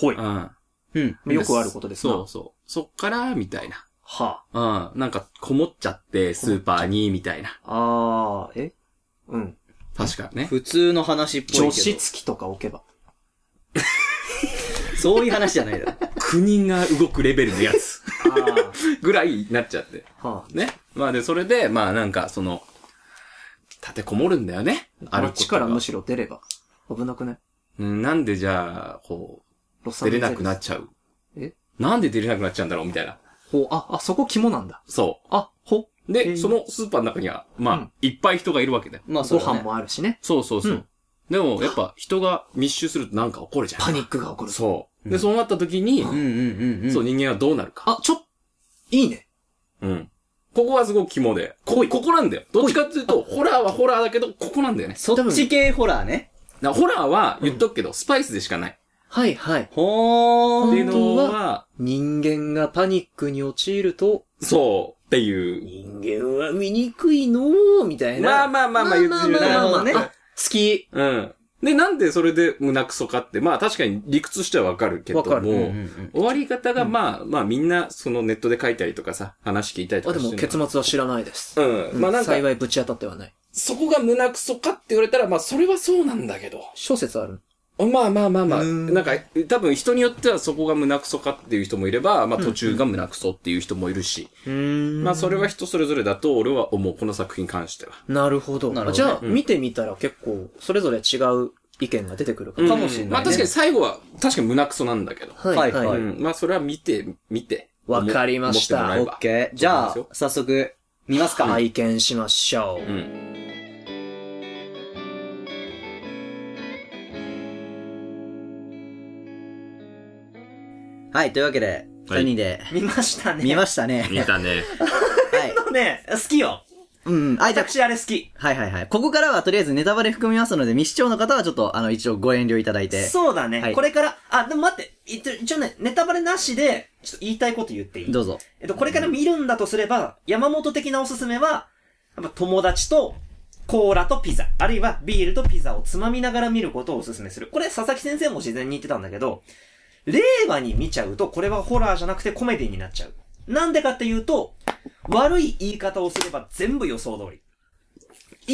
[SPEAKER 4] ほい。
[SPEAKER 1] な。
[SPEAKER 3] うん。
[SPEAKER 1] うん。
[SPEAKER 4] よくあることですな
[SPEAKER 1] そうそう。そっから、みたいな。
[SPEAKER 4] は
[SPEAKER 1] うん。なんか、こもっちゃって、スーパーに、みたいな。
[SPEAKER 4] あ。ああ、えうん。
[SPEAKER 1] 確かね。
[SPEAKER 3] 普通の話っぽいけど。
[SPEAKER 4] 除湿機とか置けば。
[SPEAKER 3] そういう話じゃないだろ。
[SPEAKER 1] 国が動くレベルのやつ。
[SPEAKER 4] あ
[SPEAKER 1] ぐらいになっちゃって。
[SPEAKER 4] あ、は
[SPEAKER 1] ね。まあで、それで、まあなんか、その、立てこもるんだよね。
[SPEAKER 4] あ。
[SPEAKER 1] ある
[SPEAKER 4] 街からむ
[SPEAKER 1] し
[SPEAKER 4] しろ出れば。危なくない
[SPEAKER 1] うんなんでじゃあ、こ
[SPEAKER 4] ロ
[SPEAKER 1] う、出れなくなっちゃう。
[SPEAKER 4] え
[SPEAKER 1] なんで出れなくなっちゃうんだろうみたいな。
[SPEAKER 4] ほう、あ、あ、そこ肝なんだ。
[SPEAKER 1] そ
[SPEAKER 4] あ、ほ、
[SPEAKER 1] う。
[SPEAKER 4] へ
[SPEAKER 1] で、
[SPEAKER 4] ー
[SPEAKER 1] そのスーパーの中には、まあ、
[SPEAKER 4] うん
[SPEAKER 1] いっぱい人がいるわけだよ。
[SPEAKER 3] まあ、そ
[SPEAKER 4] ご
[SPEAKER 3] うだね
[SPEAKER 4] 飯もあるしね。
[SPEAKER 1] そうそうそう。
[SPEAKER 4] うん
[SPEAKER 1] でも、やっぱ人が密集するとなんか起こるじゃん。
[SPEAKER 4] パニックが起こる。
[SPEAKER 1] そう。で、そうなった時に、
[SPEAKER 3] うんうんうんうん。
[SPEAKER 1] そう、人間はどうなるか。
[SPEAKER 4] あ、ちょ、いいね。
[SPEAKER 1] うん。ここはすごく肝で。こ、ここなんだよ。どっちかっていうと、ホラーはホラーだけど、ここなんだよね。
[SPEAKER 3] そっち系ホラーね。
[SPEAKER 1] だからホラーは言っとくけど、スパイスでしかない。
[SPEAKER 4] はいはい。
[SPEAKER 3] ほー
[SPEAKER 1] っ
[SPEAKER 3] ん。
[SPEAKER 1] ていうの
[SPEAKER 4] 本当
[SPEAKER 1] は、
[SPEAKER 4] 人間がパニックに陥ると、
[SPEAKER 1] そう、っていう。
[SPEAKER 4] 人間は醜いのーみたいな。
[SPEAKER 1] まあまあまあまあ言ってしまう
[SPEAKER 3] まあまあまあまあ
[SPEAKER 4] ね。
[SPEAKER 3] まあ
[SPEAKER 4] あ好き。
[SPEAKER 1] うん。で、なんでそれで胸くそかって、まあ確かに理屈としてはわかるけど
[SPEAKER 4] わかる
[SPEAKER 1] も、
[SPEAKER 3] うんうんうん
[SPEAKER 1] 終わり方がまあ、まあみんなそのネットで書いたりとかさ、話聞いたりと
[SPEAKER 4] あ、
[SPEAKER 1] か
[SPEAKER 4] で
[SPEAKER 1] して
[SPEAKER 4] も
[SPEAKER 1] るの
[SPEAKER 4] 結末は知らないです。
[SPEAKER 1] うん。まあなんか、
[SPEAKER 4] 幸いぶち当たってはない。
[SPEAKER 1] そこが胸くそかって言われたら、まあそれはそうなんだけど。
[SPEAKER 4] 諸説ある。
[SPEAKER 1] まあまあまあまあ、
[SPEAKER 4] うん
[SPEAKER 1] なんか、多分人によってはそこが胸くそかっていう人もいれば、まあ途中が胸くそっていう人もいるし、
[SPEAKER 4] うん
[SPEAKER 1] まあそれは人それぞれだと俺は思う、この作品に関しては。
[SPEAKER 4] なるほど。
[SPEAKER 3] なるほどね
[SPEAKER 4] じゃあ、
[SPEAKER 1] うん
[SPEAKER 4] 見てみたら結構、それぞれ違う意見が出てくるか
[SPEAKER 1] うん
[SPEAKER 4] ら。
[SPEAKER 3] かもしれないね
[SPEAKER 1] まあ確かに最後は、確かに胸くそなんだけど。
[SPEAKER 4] はいはい。
[SPEAKER 3] は
[SPEAKER 4] はいい、
[SPEAKER 1] うん、まあそれは見て、見て。
[SPEAKER 4] わかりました
[SPEAKER 1] 思って
[SPEAKER 3] オ
[SPEAKER 1] もら
[SPEAKER 3] ッ
[SPEAKER 1] えば
[SPEAKER 3] ケー。じゃあ
[SPEAKER 1] そうなん、で
[SPEAKER 3] 早速、見ますか。
[SPEAKER 4] 拝見しましょう。
[SPEAKER 1] うん。
[SPEAKER 3] はい、というわけで、
[SPEAKER 1] はい
[SPEAKER 3] 3人で、
[SPEAKER 4] 見ましたね
[SPEAKER 3] 見ましたね。
[SPEAKER 1] たね。
[SPEAKER 3] はい。
[SPEAKER 4] ね、好きよ。
[SPEAKER 3] うん。あ、じゃあ、
[SPEAKER 4] あれ好き。
[SPEAKER 3] はいはいはい。ここからはとりあえずネタバレ含みますので、未視聴の方はちょっと、あの、一応ご遠慮いただいて。
[SPEAKER 4] そうだね
[SPEAKER 3] はい
[SPEAKER 4] れから、あ、でも待って、一応一応ね、ネタバレなしで、ちょっと言いたいこと言ってい
[SPEAKER 3] どうぞ。
[SPEAKER 4] えっと、これから見るんだとすれば、山本的なおすすめは、やっぱ友達とコーラとピザ、あるいはビールとピザをつまみながら見ることをおすすめする。これ、佐々木先生も事前に言ってたんだけど、令和に見ちゃうと、これはホラーじゃなくてコメディになっちゃう。なんでかっていうと、悪い言い方をすれば全部予想通り。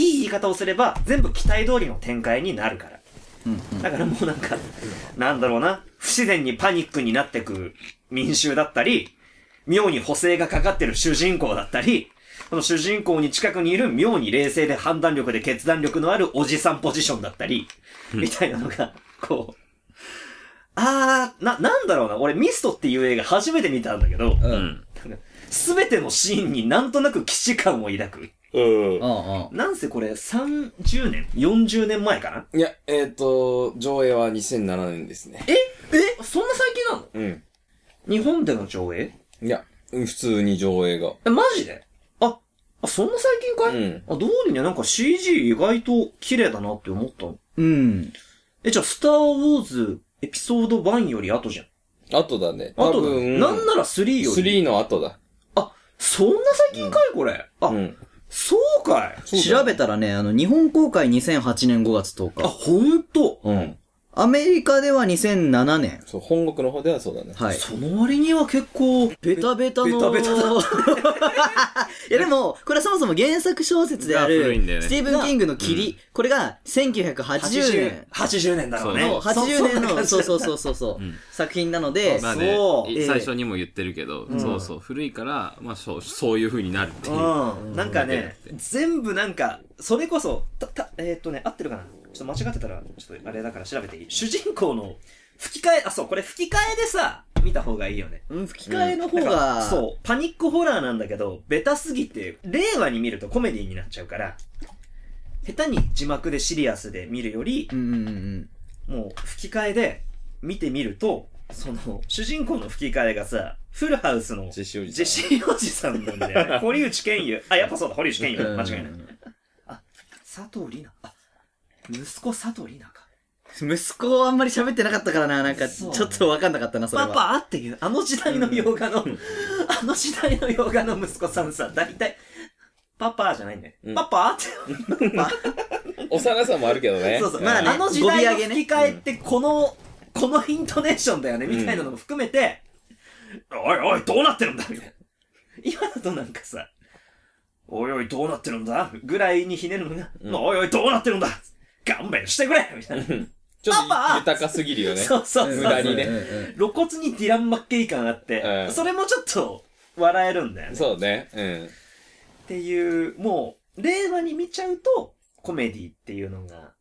[SPEAKER 4] いい言い方をすれば全部期待通りの展開になるから。だからもうなんか、なんだろうな、不自然にパニックになってく民衆だったり、妙に補正がかかってる主人公だったり、その主人公に近くにいる妙に冷静で判断力で決断力のあるおじさんポジションだったり、みたいなのが、こう、あー、な、なんだろうな、俺ミストっていう映画初めて見たんだけど、
[SPEAKER 3] うん。う
[SPEAKER 1] うんん。
[SPEAKER 4] すべてのシーンになんとなく既視感を抱く。
[SPEAKER 1] う。
[SPEAKER 3] うん。
[SPEAKER 4] なんせこれ30年 ?40 年前かなん
[SPEAKER 1] いや、えっ、と、上映は2007年ですね。
[SPEAKER 4] ええそんな最近なの
[SPEAKER 1] うん。
[SPEAKER 4] 日本での上映
[SPEAKER 1] いや、普通に上映が。
[SPEAKER 4] え、マジであ、あ、そんな最近かい、
[SPEAKER 1] うん
[SPEAKER 4] あ、どうにね、なんか CG 意外と綺麗だなって思ったの。
[SPEAKER 3] うん。
[SPEAKER 4] え、じゃあ、スターウォーズエピソード1より後じゃん。
[SPEAKER 1] 後だね。
[SPEAKER 4] 後
[SPEAKER 1] 多
[SPEAKER 4] だね。
[SPEAKER 1] 分
[SPEAKER 4] なんなら3より。。
[SPEAKER 1] 3の後だ。
[SPEAKER 4] あ、そんな最近かいこれ。あ、
[SPEAKER 1] うん。
[SPEAKER 4] そうかい
[SPEAKER 1] そうだよ
[SPEAKER 3] 調べたらね、あの、日本公開2008年5月10
[SPEAKER 4] あ、
[SPEAKER 3] 日。
[SPEAKER 4] ほんと。
[SPEAKER 1] うん。
[SPEAKER 3] アメリカでは2007年。
[SPEAKER 1] そう、本国の方ではそうだね。
[SPEAKER 3] はい。
[SPEAKER 4] その割には結構、
[SPEAKER 3] ベタベタの。
[SPEAKER 4] ベタベタだ
[SPEAKER 3] いやでも、これはそもそも原作小説であ
[SPEAKER 1] が古い
[SPEAKER 3] る、
[SPEAKER 1] んだよね
[SPEAKER 3] スティーブン・キングの霧、これが1980年。
[SPEAKER 4] 80年だろうね。
[SPEAKER 3] の
[SPEAKER 4] そ
[SPEAKER 3] 80年の、
[SPEAKER 4] そ
[SPEAKER 3] そううそうそうそうそう、作品なので、
[SPEAKER 1] まあ
[SPEAKER 4] そう
[SPEAKER 3] ええ
[SPEAKER 1] ね、最初にも言ってるけど、そうそう、古いから、まあそう、そういう風になるっていう。
[SPEAKER 4] うん。なんかね
[SPEAKER 1] う、ん
[SPEAKER 4] 全部なんか、それこそ、た、た、えーっとね、合ってるかなちょっと間違ってたら、ちょっとあれだから調べていい主人公の吹き替え、あ、そう、これ吹き替えでさ、見た方がいいよね。
[SPEAKER 3] うん吹き替えの方
[SPEAKER 4] なんか
[SPEAKER 3] が、
[SPEAKER 4] そう、パニックホラーなんだけど、ベタすぎて、令和に見るとコメディになっちゃうから、下手に字幕でシリアスで見るより
[SPEAKER 3] う、んうんうん
[SPEAKER 4] もう吹き替えで見てみると、その、主人公の吹き替えがさ、フルハウスの
[SPEAKER 1] ジェシーおじさん
[SPEAKER 4] ジェシーおじさんなんだよね。 堀内健優。あ、やっぱそうだ、堀内健優。
[SPEAKER 3] うん。
[SPEAKER 4] 間違いない。佐藤里奈。あ、息子佐藤里奈か。
[SPEAKER 3] 息子はあんまり喋ってなかったからな、なんか、ち
[SPEAKER 4] そう
[SPEAKER 3] ょっとわかんなかったな、それ
[SPEAKER 4] パ
[SPEAKER 3] は。
[SPEAKER 4] パっていう、あの時代の洋画の、あの時代の洋画の息子さんさ、大体、パパじゃないんだよね。
[SPEAKER 1] うん
[SPEAKER 4] パパって。パパ
[SPEAKER 1] 幼さもあるけどね
[SPEAKER 4] そうそう。
[SPEAKER 3] まあね
[SPEAKER 4] あの時代の
[SPEAKER 3] 語尾上げね
[SPEAKER 4] 吹き替えって、この、このイントネーションだよね、みたいなのも含めて、おいおい、どうなってるんだみたいな。今だとなんかさ、おいおい、どうなってるんだぐらいにひねるのが、おいおい、どうなってるんだ勘弁してくれみたいな。
[SPEAKER 1] ちょっ
[SPEAKER 4] パパ
[SPEAKER 1] と豊かすぎるよね。
[SPEAKER 4] そうそうそう。
[SPEAKER 1] 無駄にね
[SPEAKER 3] うんうんうん
[SPEAKER 4] 露骨にディラン・マッケイ感あって、
[SPEAKER 1] うん
[SPEAKER 4] それもちょっと笑えるんだよね。
[SPEAKER 1] そうね。うん。
[SPEAKER 4] っていう、もう、令和に見ちゃうと、コメディっていうのが、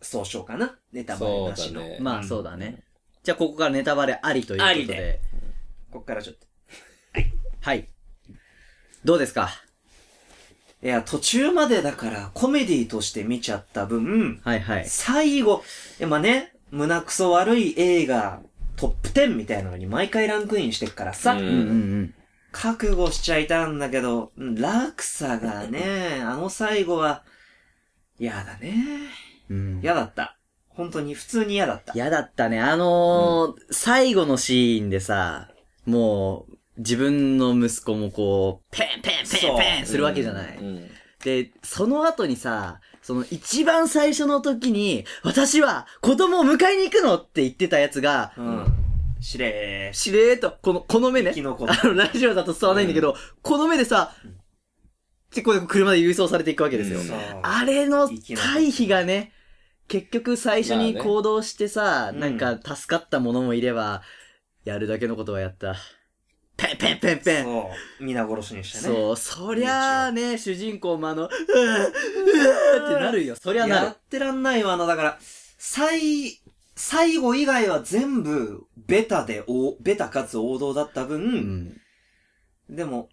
[SPEAKER 5] 総称かなネタバレ
[SPEAKER 1] そう
[SPEAKER 5] なし
[SPEAKER 1] だ
[SPEAKER 5] の。
[SPEAKER 1] ね。
[SPEAKER 3] まあそうだね。じゃあここからネタバレありということ
[SPEAKER 5] あり
[SPEAKER 3] で。
[SPEAKER 5] でこっからちょっと。
[SPEAKER 3] はい。どうですか
[SPEAKER 5] いや、途中までだからコメディとして見ちゃった分、
[SPEAKER 3] はいはい。
[SPEAKER 5] 最後、いやまあね、胸くそ悪い映画、トップ10みたいなのに毎回ランクインしてっからさ、
[SPEAKER 1] うん
[SPEAKER 3] うんうんうん。
[SPEAKER 5] 覚悟しちゃいたんだけど、うん落差がね、あの最後は、嫌だね。
[SPEAKER 3] うん
[SPEAKER 5] 嫌だった。本当に普通に嫌だった。
[SPEAKER 3] 嫌だったね。あのー最後のシーンでさ、もう、自分の息子もこう、ペンペンペンペンするわけじゃない。
[SPEAKER 6] うん。
[SPEAKER 3] で、その後にさ、その一番最初の時に、私は子供を迎えに行くのって言ってたやつが、
[SPEAKER 5] うん。しれーし、
[SPEAKER 3] しれーっと、この、この目ね
[SPEAKER 5] 生き。残っ
[SPEAKER 3] あの、ラジオだと伝わらないんだけど、この目でさ、結構車で郵送されていくわけですよ。
[SPEAKER 1] うん
[SPEAKER 5] た。
[SPEAKER 3] あれの回避がね、結局最初に
[SPEAKER 6] まあね
[SPEAKER 3] 行動してさ、
[SPEAKER 5] うん
[SPEAKER 3] なんか助かったものもいれば、やるだけのことはやった。ペンペンペンペン。
[SPEAKER 5] そう。皆殺しにしたね。
[SPEAKER 3] そう、そりゃあね、主人公もあの、うーうーってなるよ。そりゃな
[SPEAKER 5] や
[SPEAKER 3] る
[SPEAKER 5] っ。てらんないわ、あの、だから、最、最後以外は全部、ベタで、お、ベタかつ王道だった
[SPEAKER 3] う
[SPEAKER 5] 分、
[SPEAKER 3] ん。
[SPEAKER 5] でも、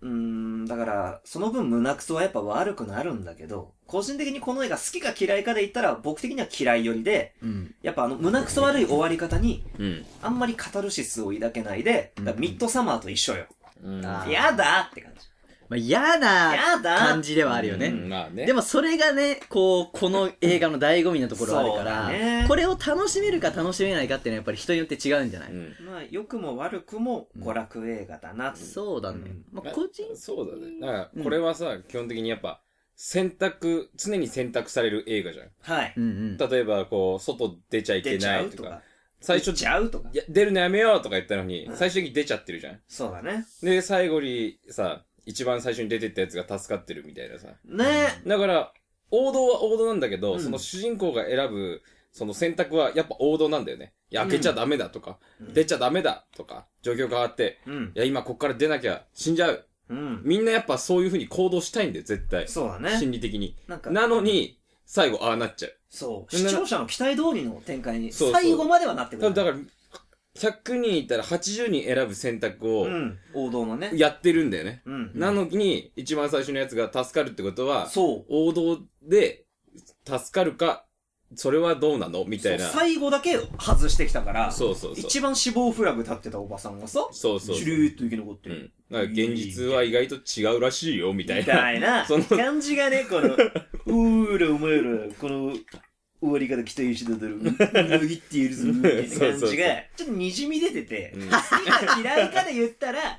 [SPEAKER 5] うーん、だから、その分胸くそはやっぱ悪くなるんだけど、個人的にこの映画好きか嫌いかで言ったら、僕的には嫌いよりで、
[SPEAKER 3] うん。
[SPEAKER 5] やっぱあの、胸くそ悪い終わり方に、
[SPEAKER 1] うん。
[SPEAKER 5] あんまりカタルシスを抱けないで、だからミッドサマーと一緒よ。
[SPEAKER 6] うん。
[SPEAKER 3] あー
[SPEAKER 5] やだって感じ。
[SPEAKER 3] まあ、嫌な
[SPEAKER 5] やだ
[SPEAKER 3] 感じではあるよね。
[SPEAKER 1] うんまあね。
[SPEAKER 3] でもそれがね、こう、この映画の醍醐味なところあるか
[SPEAKER 5] そうだね
[SPEAKER 3] ら、これを楽しめるか楽しめないかっていうのはやっぱり人によって違うんじゃない
[SPEAKER 1] うん
[SPEAKER 5] まあ、良くも悪くも娯楽映画だなって。
[SPEAKER 3] そうだね
[SPEAKER 5] うん。
[SPEAKER 3] まあ、
[SPEAKER 1] まあ
[SPEAKER 3] 個人、
[SPEAKER 1] そうだね。だから、これはさ、基本的にやっぱ、選択、常に選択される映画じゃん。
[SPEAKER 5] はい。
[SPEAKER 3] うんうん。
[SPEAKER 1] 例えば、こう、外出ちゃいけ
[SPEAKER 5] 出ち
[SPEAKER 1] な
[SPEAKER 5] ゃ
[SPEAKER 1] いうと
[SPEAKER 5] と
[SPEAKER 1] か、
[SPEAKER 5] か。
[SPEAKER 1] 最初
[SPEAKER 5] 出ちゃうとか
[SPEAKER 1] い。や、出るのやめようとか言ったのに、最終的に出ちゃってるじゃん。
[SPEAKER 5] そうだね。
[SPEAKER 1] で、最後にさ、一番最初に出てったやつが助かってるみたいなさ。
[SPEAKER 5] ね
[SPEAKER 1] だから、王道は王道なんだけど、
[SPEAKER 5] うん
[SPEAKER 1] その主人公が選ぶ、その選択はやっぱ王道なんだよね。いや、開けちゃダメだとか、
[SPEAKER 5] うん
[SPEAKER 1] 出ちゃダメだとか、状況変わって、
[SPEAKER 5] うん
[SPEAKER 1] い。や、今こっから出なきゃ死んじゃう。
[SPEAKER 5] うん。
[SPEAKER 1] みんなやっぱそういう風に行動したいんだよ、絶対。
[SPEAKER 5] そうだね。
[SPEAKER 1] 心理的に。
[SPEAKER 5] なんか、
[SPEAKER 1] なのに、最後、ああなっちゃう。
[SPEAKER 5] そう。
[SPEAKER 1] な
[SPEAKER 5] 視聴者の期待通りの展開に、
[SPEAKER 1] そうそう
[SPEAKER 5] 最後まではなってく
[SPEAKER 1] 多分
[SPEAKER 5] る。
[SPEAKER 1] だから、100人いたら80人選ぶ選択を
[SPEAKER 5] うん。王道のね。
[SPEAKER 1] やってるんだよね。
[SPEAKER 5] うん。
[SPEAKER 1] なのに、一番最初のやつが助かるってことは、
[SPEAKER 5] そう。
[SPEAKER 1] 王道で助かるか、それはどうなのみたいな。
[SPEAKER 5] そう最後だけ外してきたから、
[SPEAKER 1] そうそうそう。
[SPEAKER 5] 一番死亡フラグ立ってたおばさんがさ、
[SPEAKER 1] そうそう
[SPEAKER 5] シ
[SPEAKER 1] そう。
[SPEAKER 5] ュルーっと生き残って
[SPEAKER 1] う
[SPEAKER 5] る。
[SPEAKER 1] ん。なんか現実は意外と違うらしいよ、みたい
[SPEAKER 5] み
[SPEAKER 1] な。
[SPEAKER 5] たいな
[SPEAKER 1] その
[SPEAKER 5] 感じがね、この、うーらお前ら、この、終わり方期待してただろ、裏切っているぞ、みたいな
[SPEAKER 1] そう
[SPEAKER 5] 感
[SPEAKER 1] そうそう
[SPEAKER 5] じが、ちょっとにじみ出てて、
[SPEAKER 1] うん
[SPEAKER 5] 好きか 嫌いかで言ったら、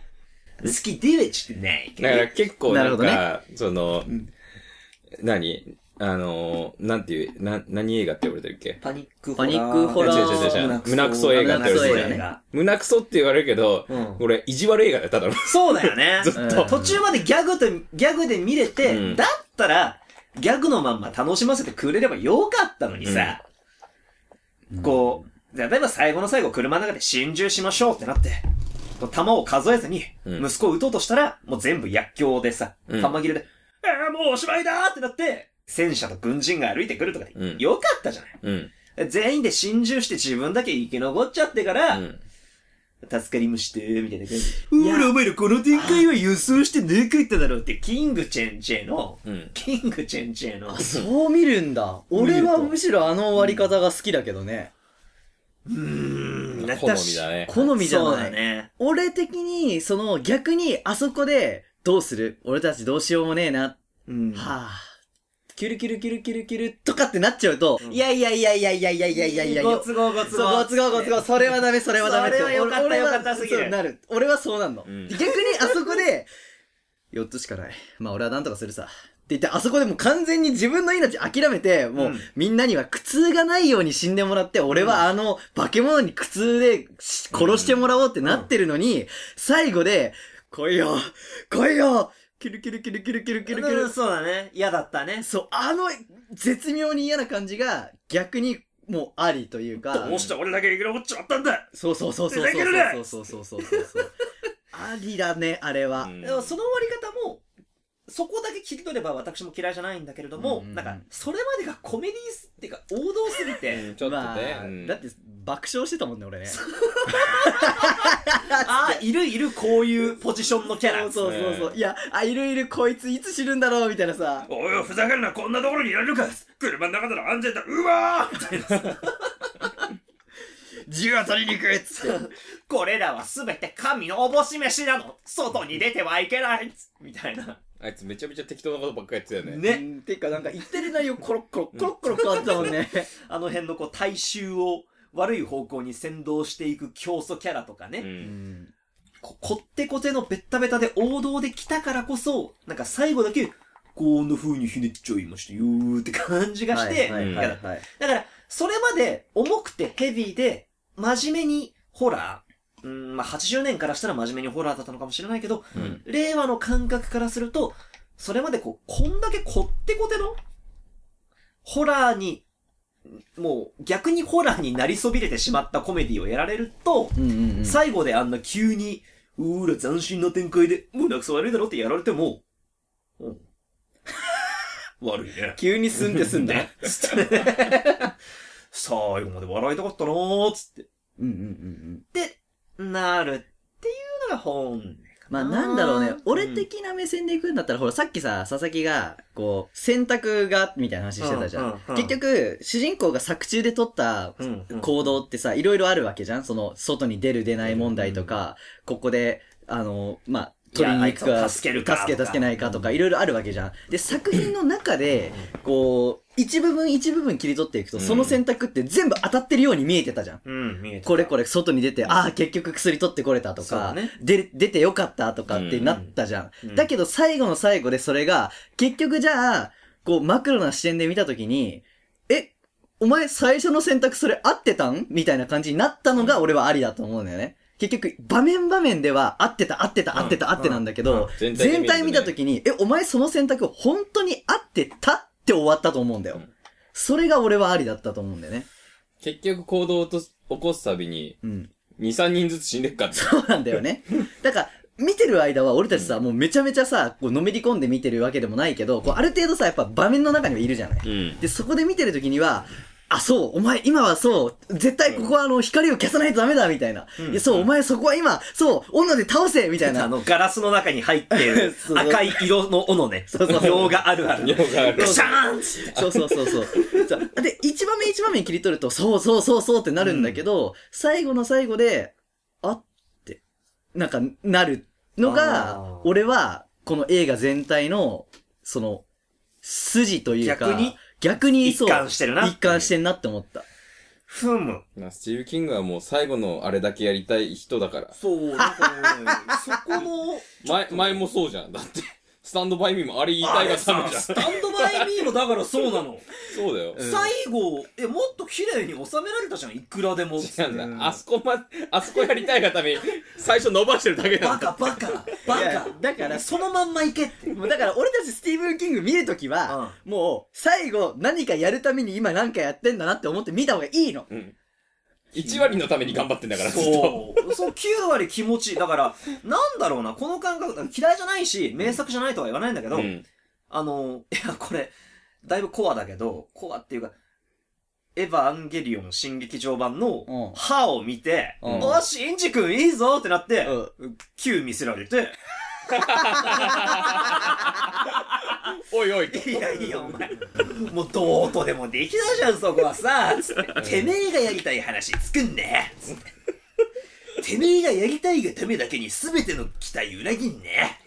[SPEAKER 5] 好きではちょっとないけ
[SPEAKER 1] だから結構なん
[SPEAKER 3] な
[SPEAKER 1] か、その、何あのー、なんていう、な、何映画って言われてるっけ
[SPEAKER 5] パニック
[SPEAKER 3] パニックホラー
[SPEAKER 1] 違う違う違う違う胸クソ
[SPEAKER 3] 映画
[SPEAKER 5] 胸
[SPEAKER 3] ってやつ
[SPEAKER 5] クソ
[SPEAKER 3] だよね
[SPEAKER 5] 映画
[SPEAKER 1] 胸クソって言われるけど、
[SPEAKER 5] うん
[SPEAKER 1] これ、意地悪映画だよ、ただの。
[SPEAKER 5] そうだよね。
[SPEAKER 1] ずっ
[SPEAKER 3] うん
[SPEAKER 1] と。
[SPEAKER 5] 途中までギャグと、ギャグで見れて、
[SPEAKER 1] うん
[SPEAKER 5] だったら、ギャグのまんま楽しませてくれればよかったのにさ、こう、例えば最後の最後車の中で心中しましょうってなって、こう弾を数えずに、
[SPEAKER 1] うん
[SPEAKER 5] 息子を撃とうとしたら、もう全部薬莢でさ、
[SPEAKER 1] うん
[SPEAKER 5] 弾切れで、ああ、もうおしまいだーってなって、戦車と軍人が歩いてくるとかで、
[SPEAKER 1] うん
[SPEAKER 5] よかったじゃない。
[SPEAKER 1] うん。
[SPEAKER 5] 全員で心中して自分だけ生き残っちゃってから、
[SPEAKER 1] うん。
[SPEAKER 5] 助かりました、みたいな感じ。
[SPEAKER 3] いうや
[SPEAKER 5] ーら、お前らこの展開は予想して抜かっただろうって、キングチェンチェの、
[SPEAKER 1] うん。
[SPEAKER 5] キングチェンチェの
[SPEAKER 3] あ、、そう見るんだ。俺はむしろあの終わり方が好きだけどね。
[SPEAKER 5] うーん、
[SPEAKER 1] 好みだね。
[SPEAKER 3] 好みじゃ
[SPEAKER 5] そう
[SPEAKER 3] な
[SPEAKER 5] だ
[SPEAKER 3] い。
[SPEAKER 5] ね。
[SPEAKER 3] 俺的に、その逆にあそこで、どうする俺たちどうしようもねえな。
[SPEAKER 5] うん。
[SPEAKER 3] はぁ、キュルキュルキュルキュルキュルとかってなっちゃうと、いやいやいやいやいやいやいやいやいやい
[SPEAKER 5] ご
[SPEAKER 3] や。
[SPEAKER 5] 都合ご
[SPEAKER 3] そう、ご都合ご都合、それはダメ、それはダメって。
[SPEAKER 5] それは良かった
[SPEAKER 3] 俺俺は
[SPEAKER 5] 良かったすぎる
[SPEAKER 3] そうなる。俺はそうなんの。
[SPEAKER 1] うん
[SPEAKER 3] 逆にあそこで、4つしかない。まあ俺はなんとかするさ。って言って、あそこでもう完全に自分の命諦めて、もう、
[SPEAKER 5] うん
[SPEAKER 3] みんなには苦痛がないように死んでもらって、俺はあの化け物に苦痛でし殺してもらおうってなってるのに、最後で、来いよ来いよキュルキュルキュルキュルキュルキュルキュ
[SPEAKER 5] う
[SPEAKER 3] ル
[SPEAKER 5] ん。そうだね。嫌だったね。
[SPEAKER 3] そう、あの、絶妙に嫌な感じが、逆に、もう、ありというか。
[SPEAKER 5] どうして俺だけ生き残っちまったんだ
[SPEAKER 3] そうそうそうそう
[SPEAKER 5] ふざけるな
[SPEAKER 3] そうそうそうそうそうそうそう。ありだね、あれは。
[SPEAKER 1] うん
[SPEAKER 5] でもその終わり方も、そこだけ切り取れば私も嫌いじゃないんだけれども、
[SPEAKER 1] うんうんうん
[SPEAKER 5] なんか、それまでがコメディースっていうか、王道すぎて、
[SPEAKER 1] ちょっとね、
[SPEAKER 3] まあ
[SPEAKER 1] うん
[SPEAKER 3] だって爆笑してたもんね、俺ね。
[SPEAKER 5] ああ、いるいるこういうポジションのキャラ。
[SPEAKER 3] そうそうそう。いや、あ、いるいるこいついつ知るんだろうみたいなさ。
[SPEAKER 2] おいおいふざけるな、こんなところにいられるか車の中なら安全だ、うわー
[SPEAKER 3] 銃は取りに行くっつって。
[SPEAKER 5] これらはすべて神のおぼし飯なの外に出てはいけないみたいな。
[SPEAKER 1] あいつめちゃめちゃ適当なことばっかりやってたよね。
[SPEAKER 5] ね。
[SPEAKER 3] うん。てかなんか言ってる内容コロッコロッコロッコロ変わってたもんね。
[SPEAKER 5] あの辺のこう、大衆を悪い方向に先導していく競争キャラとかね。
[SPEAKER 1] うん。
[SPEAKER 5] こ、こってこてのベッタベタで王道で来たからこそ、なんか最後だけ、こんな風にひねっちゃいましたよーって感じがして、
[SPEAKER 3] はいはいはい。
[SPEAKER 5] だから、それまで重くてヘビーで、真面目にホラー、うん、まあ、80年からしたら真面目にホラーだったのかもしれないけど、
[SPEAKER 1] うん
[SPEAKER 5] 令和の感覚からすると、それまでこう、こんだけこってこての、ホラーに、もう逆にホラーになりそびれてしまったコメディをやられると、
[SPEAKER 3] うんうんうん。
[SPEAKER 5] 最後であんな急に、うーら斬新な展開で胸くそ悪いだろってやられても、うん。悪いね。
[SPEAKER 3] 急にすんで済んで。
[SPEAKER 5] つって。 最後まで笑いたかったなーっつっ
[SPEAKER 3] うんうんうんうん。
[SPEAKER 5] て、なるっていうのが本音。
[SPEAKER 3] まあなんだろう
[SPEAKER 5] う
[SPEAKER 3] ね
[SPEAKER 5] ん、
[SPEAKER 3] 俺的な目線で行くんだったら、ほら、さっきさ、佐々木が、こう、選択が、みたいな話してたじゃん。
[SPEAKER 5] うんうんうん
[SPEAKER 3] 結局、主人公が作中で取った
[SPEAKER 5] うんうん
[SPEAKER 3] 行動ってさ、いろいろあるわけじゃんその、外に出る出ない問題とか、ここで、あの、まあ、取りに行く
[SPEAKER 5] いや
[SPEAKER 3] か、
[SPEAKER 5] あいつを助けるかとか
[SPEAKER 3] 助け助けないかとか、いろいろあるわけじゃん。で、作品の中で、こう、一部分一部分切り取っていくと、その選択って全部当たってるように見えてたじゃん。
[SPEAKER 5] うん、見えて
[SPEAKER 3] これこれ外に出て、ああ、結局薬取ってこれたと
[SPEAKER 5] そう
[SPEAKER 3] か、
[SPEAKER 5] だね
[SPEAKER 3] で、出てよかったとかってなったじゃん。だけど最後の最後でそれが、結局じゃあ、こうマクロな視点で見たときに、え、お前最初の選択それ合ってたんみたいな感じになったのが俺はありだと思うんだよね。結局、場面場面では合ってた合ってた合ってた合ってなんだけど、
[SPEAKER 1] うんうん
[SPEAKER 3] 全体見たときに、え、お前その選択本当に合ってたって終わったと思うんだよ。それが俺はありだったと思うんだよね。
[SPEAKER 1] 結局行動をと起こすたびに、
[SPEAKER 3] うん。
[SPEAKER 1] 2、3人ずつ死んでっかって。
[SPEAKER 3] そうなんだよね。だから、見てる間は俺たちさ、もうめちゃめちゃさ、こうのめり込んで見てるわけでもないけど、こうある程度さ、やっぱ場面の中にはいるじゃない。
[SPEAKER 1] うん。
[SPEAKER 3] で、そこで見てる時には、あ、そう、お前今はそう、絶対ここはあの、光を消さないとダメだ、みたいな。いや、そう、お前そこは今、そう、斧で倒せみたい
[SPEAKER 5] あ
[SPEAKER 3] な。
[SPEAKER 5] の、ガラスの中に入って る
[SPEAKER 3] そう
[SPEAKER 5] 赤い色の斧ね。
[SPEAKER 3] うそう
[SPEAKER 5] 用があるある。
[SPEAKER 1] 用がある
[SPEAKER 5] ガシャーンっつって
[SPEAKER 3] そうそうそうそう。そうで、一場面一場面切り取ると、そうそうそうそうってなるんだけど、最後の最後で、あって、なんか、なるの
[SPEAKER 5] あ
[SPEAKER 3] が
[SPEAKER 5] ー、
[SPEAKER 3] 俺は、この映画全体の、その、筋というか、
[SPEAKER 5] 逆に
[SPEAKER 3] 逆にそう
[SPEAKER 5] 一貫してるな
[SPEAKER 3] 一貫してんなって思った。
[SPEAKER 5] ふむ。
[SPEAKER 1] まあスティーブ・キングはもう最後のあれだけやりたい人だから。
[SPEAKER 5] そう、なんかね、そこ の、
[SPEAKER 1] 前、前もそうじゃん。だって、スタンド・バイ・ミーもあれ言いたいがためじゃん。
[SPEAKER 5] スタンドバイミーもだからそうなの。
[SPEAKER 1] そうだよ。
[SPEAKER 5] 最後、え、もっと綺麗に収められたじゃん、いくらでも。
[SPEAKER 1] 違うんだ、あそこま、あそこやりたいがために、最初伸ばしてるだけな
[SPEAKER 5] バ
[SPEAKER 1] んだ。
[SPEAKER 5] カ、バカ、バ
[SPEAKER 3] いや
[SPEAKER 5] カ。
[SPEAKER 3] だから
[SPEAKER 5] そのまんまいけって。
[SPEAKER 3] もうだから俺たちスティーブン・キング見るときは、もう最後何かやるために今何かやってんだなって思って見た方がいいの。
[SPEAKER 1] うん。1割のために頑張ってんだから、ずっと。
[SPEAKER 5] そう。そう、9割気持ちいい。だから、なんだろうな、この感覚、嫌いじゃないし、名作じゃないとは言わないんだけど、
[SPEAKER 1] うん。
[SPEAKER 5] あの、いや、これ、だいぶコアだけど、コアっていうか、エヴァンゲリオン新劇場版
[SPEAKER 3] うん
[SPEAKER 5] の歯を見て、
[SPEAKER 3] うん
[SPEAKER 5] おし、インジ君いいぞってなって、
[SPEAKER 3] う
[SPEAKER 5] 9見せられて、
[SPEAKER 1] おいおいと。
[SPEAKER 5] いやいや、お前、もうどうとでもできないじゃん、そこはさ、つっててめえがやりたい話作んねつっててめえがやりたいがためだけに全ての期待裏切んね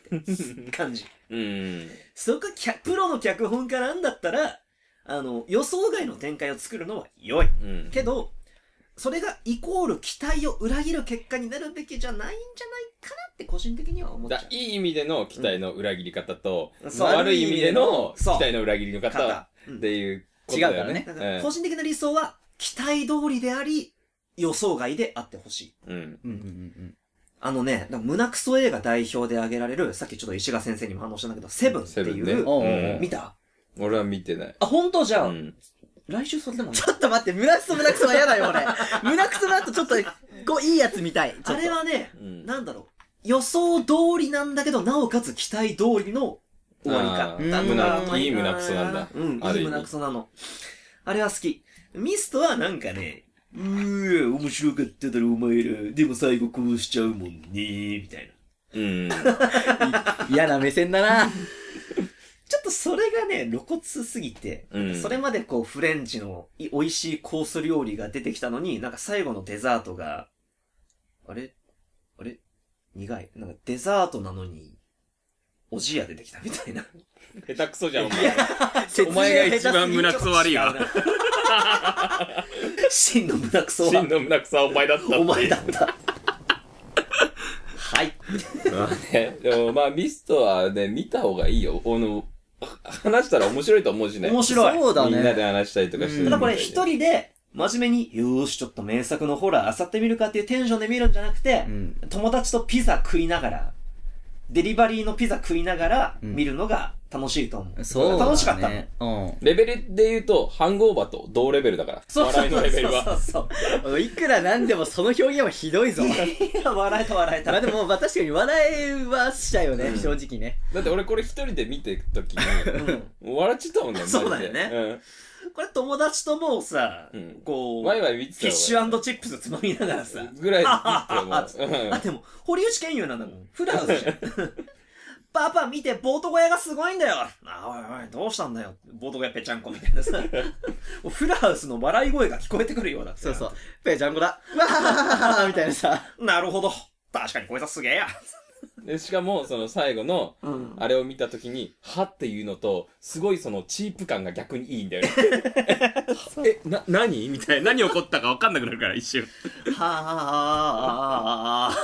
[SPEAKER 5] 感じ。
[SPEAKER 1] うん。
[SPEAKER 5] そこきゃ、プロの脚本家なんだったら、あの、予想外の展開を作るのは良い。
[SPEAKER 1] うん。
[SPEAKER 5] けど、それがイコール期待を裏切る結果になるべきじゃないんじゃないかなって個人的には思っちゃ
[SPEAKER 1] だ
[SPEAKER 5] う
[SPEAKER 1] い。い意味での期待の裏切り方と、
[SPEAKER 5] うんそう
[SPEAKER 1] 悪い意味での期
[SPEAKER 5] そう
[SPEAKER 1] 待の裏切りの方
[SPEAKER 5] 方うん
[SPEAKER 1] っていうことだよ
[SPEAKER 3] 違う
[SPEAKER 1] ね
[SPEAKER 5] だ。から個
[SPEAKER 1] う
[SPEAKER 5] 人的な理想は、期待通りであり、予想外であってほしい。
[SPEAKER 1] んうん。
[SPEAKER 3] んうんうん
[SPEAKER 5] あのね、だから胸クソ映画代表で挙げられる、さっきちょっと石川先生にも反応したんだけど、セブンって
[SPEAKER 1] セブ
[SPEAKER 5] い
[SPEAKER 1] ンね。
[SPEAKER 5] う、
[SPEAKER 3] おう
[SPEAKER 1] うん
[SPEAKER 5] 見た
[SPEAKER 1] 俺は見てない。
[SPEAKER 5] あ、本当じゃあ、
[SPEAKER 1] うん。
[SPEAKER 5] 来週それでも
[SPEAKER 3] ちょっと待って、胸くそ胸くそは嫌だよ、俺。胸くその後ちょっと、こう、いいやつ見たい。
[SPEAKER 5] あれはね、
[SPEAKER 1] うん
[SPEAKER 5] なんだろう、予想通りなんだけど、なおかつ期待通りの終わりか
[SPEAKER 1] あ。ー
[SPEAKER 5] だ
[SPEAKER 3] うん
[SPEAKER 1] 胸
[SPEAKER 5] だ終わり
[SPEAKER 1] いい胸クソなんだ
[SPEAKER 5] うん、
[SPEAKER 1] ある
[SPEAKER 5] いい
[SPEAKER 1] 意味
[SPEAKER 5] 胸クソなの。あれは好き。ミストはなんかね、うー、面白かっただろ、お前ら。でも最後こうしちゃうもんねみたいな。
[SPEAKER 1] うん。
[SPEAKER 3] 嫌な目線だな。
[SPEAKER 5] ちょっとそれがね、露骨すぎて、
[SPEAKER 1] うん
[SPEAKER 5] それまでこうフレンチのい美味しいコース料理が出てきたのに、なんか最後のデザートが、あれあれ苦い。なんかデザートなのに、おじや出てきたみたいな。
[SPEAKER 1] 下手くそじゃん、お前。
[SPEAKER 5] 説
[SPEAKER 1] お
[SPEAKER 5] 明
[SPEAKER 1] 前が
[SPEAKER 5] 下手す
[SPEAKER 1] 一
[SPEAKER 5] ぎ
[SPEAKER 1] 番胸クソ悪いわ。
[SPEAKER 5] ちょっと違うな 真の胸クソは
[SPEAKER 1] 真、の胸クソはお前だったっていう
[SPEAKER 5] お前だった。はい。
[SPEAKER 1] まあね、でもまあミストはね、見た方がいいよ。この、話したら面白いと思うしね。
[SPEAKER 5] 面白い。
[SPEAKER 3] そうだ
[SPEAKER 1] みんな
[SPEAKER 3] ね。
[SPEAKER 1] で話したりとかして
[SPEAKER 3] うん
[SPEAKER 5] ただこれ
[SPEAKER 1] みたいで
[SPEAKER 5] 一人で、真面目に、よーし、ちょっと名作のホラー漁ってみるかっていうテンションで見るんじゃなくて
[SPEAKER 3] う、ん。
[SPEAKER 5] 友達とピザ食いながら、デリバリーのピザ食いながら
[SPEAKER 3] うん
[SPEAKER 5] 見るのが楽しいと思う。
[SPEAKER 3] そうだね。
[SPEAKER 5] 楽しかった。
[SPEAKER 3] うん。
[SPEAKER 1] レベルで言うと、ハングオーバーと同レベルだから。
[SPEAKER 5] そうそ
[SPEAKER 1] 笑
[SPEAKER 5] う
[SPEAKER 1] い
[SPEAKER 5] そ
[SPEAKER 1] のレ
[SPEAKER 5] う
[SPEAKER 1] ベルは。
[SPEAKER 5] そうそう。
[SPEAKER 3] いくらなんでもその表現はひどいぞ。
[SPEAKER 5] いや笑えた笑え
[SPEAKER 3] まあ
[SPEAKER 5] た。
[SPEAKER 3] でも、まあ確かに笑いはしたよね、
[SPEAKER 5] うん
[SPEAKER 3] 正直ね。
[SPEAKER 1] だって俺これ一人で見てるときに、
[SPEAKER 5] うん
[SPEAKER 1] 笑っちゃったもんね。マジで
[SPEAKER 5] そうだよね。これ友達ともうさ
[SPEAKER 1] うん、う
[SPEAKER 5] こ
[SPEAKER 1] ん。
[SPEAKER 5] う、
[SPEAKER 1] ワイワイ見てた
[SPEAKER 5] フィッシュチップスつまみながらさ。
[SPEAKER 1] ぐらい
[SPEAKER 5] あ
[SPEAKER 1] 見てたもん。
[SPEAKER 5] あ、でも、堀内健優なんだもん。フラ ンスじゃん。パパ見て、ボート小屋がすごいんだよあおいおい、どうしたんだよボート小屋ぺちゃんこみた いなさ。もうフラハウスの笑い声が聞こえてくるようだって
[SPEAKER 3] そうそう。ページャンコだ。 わーみたいなさ。
[SPEAKER 5] なるほど。確かにこいつはすげえや。
[SPEAKER 1] うんでしかも、その最後の、
[SPEAKER 5] うん。
[SPEAKER 1] あれを見たときに、はっていうのと、すごいそのチープ感が逆にいいんだよね。え、な、何みたいな。何起こったか分かんなくなるから、一瞬。
[SPEAKER 5] はあ、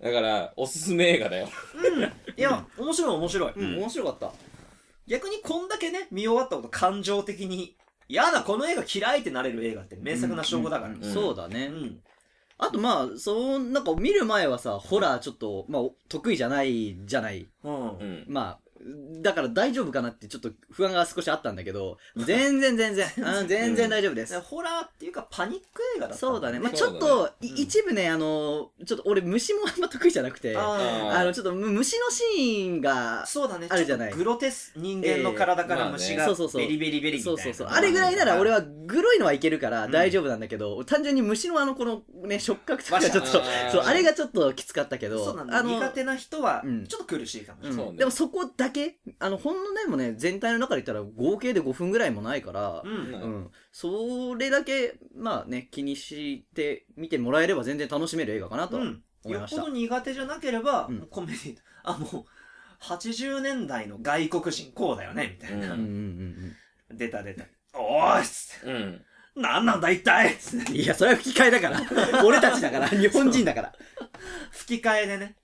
[SPEAKER 1] だから、おすすめ映画だよ。
[SPEAKER 5] いや、面白い面白い。
[SPEAKER 3] うん、面白かった。
[SPEAKER 5] 逆にこんだけね、見終わったこと感情的に、やだ、この映画嫌いってなれる映画って名作な証拠だから。
[SPEAKER 1] ん
[SPEAKER 3] そうだね。
[SPEAKER 5] うん
[SPEAKER 3] あとまあ、そう、なんか見る前はさ、ホラーちょっと、まあ、得意じゃないじゃない。
[SPEAKER 5] うん
[SPEAKER 1] うん。
[SPEAKER 3] まあ、だから大丈夫かなってちょっと不安が少しあったんだけど、全然全然、あの全然大丈夫で
[SPEAKER 5] だから
[SPEAKER 3] す。
[SPEAKER 5] ホラーっていうかパニック映画だったんだ
[SPEAKER 3] そうだね。まあち
[SPEAKER 1] そ
[SPEAKER 3] ょ
[SPEAKER 1] う
[SPEAKER 3] っ
[SPEAKER 1] だね
[SPEAKER 3] と、い
[SPEAKER 5] うん
[SPEAKER 3] 一部ね、あの、ちょっと俺虫もあんま得意じゃなくて、あ
[SPEAKER 5] あ
[SPEAKER 1] ー
[SPEAKER 3] の、ちょっとむ虫のシーンが
[SPEAKER 5] あ。、そうだね。
[SPEAKER 3] あるじゃない
[SPEAKER 5] ちょっとグロテス、人間の体から虫
[SPEAKER 1] え
[SPEAKER 5] が
[SPEAKER 3] えまあねそうそうそう
[SPEAKER 5] ベリベリベリみた
[SPEAKER 3] そ
[SPEAKER 5] いな。
[SPEAKER 3] うそうそう。あれぐらいなら俺はグロいのはいけるから
[SPEAKER 5] うん
[SPEAKER 3] 大丈夫なんだけど、単純に虫のあのこのね、触覚とかちょっと、
[SPEAKER 1] わしゃあー
[SPEAKER 3] そう、あれがちょっときつかったけど、
[SPEAKER 5] そうなん
[SPEAKER 3] あ
[SPEAKER 5] だ。
[SPEAKER 3] の
[SPEAKER 5] 苦手な人は
[SPEAKER 3] うん、
[SPEAKER 5] ちょっと苦しいかもしれ
[SPEAKER 3] う
[SPEAKER 5] ない。
[SPEAKER 3] ん
[SPEAKER 1] そうね
[SPEAKER 3] でもそこだけ、あの、ほんのでもね、全体の中で言ったら合計で5分ぐらいもないから、
[SPEAKER 5] うん。
[SPEAKER 1] う
[SPEAKER 3] うん。それだけ、まあね、気にして見てもらえれば全然楽しめる映画かなと
[SPEAKER 5] う
[SPEAKER 3] 思
[SPEAKER 5] ん。
[SPEAKER 3] い
[SPEAKER 5] よ
[SPEAKER 3] ま
[SPEAKER 5] っ
[SPEAKER 3] した。
[SPEAKER 5] ぽど苦手じゃなければ、
[SPEAKER 3] うん
[SPEAKER 5] もうコメディ、あ、もう、80年代の外国人こうだよね、みたいな。
[SPEAKER 3] うんう
[SPEAKER 1] ん。
[SPEAKER 3] ん
[SPEAKER 5] 出た出た。おーいっつって。
[SPEAKER 1] うん。
[SPEAKER 5] なんなんだ一体っつって
[SPEAKER 3] うんいや、それは吹き替えだから。俺たちだから。日本人だから。
[SPEAKER 5] 吹き替えでね、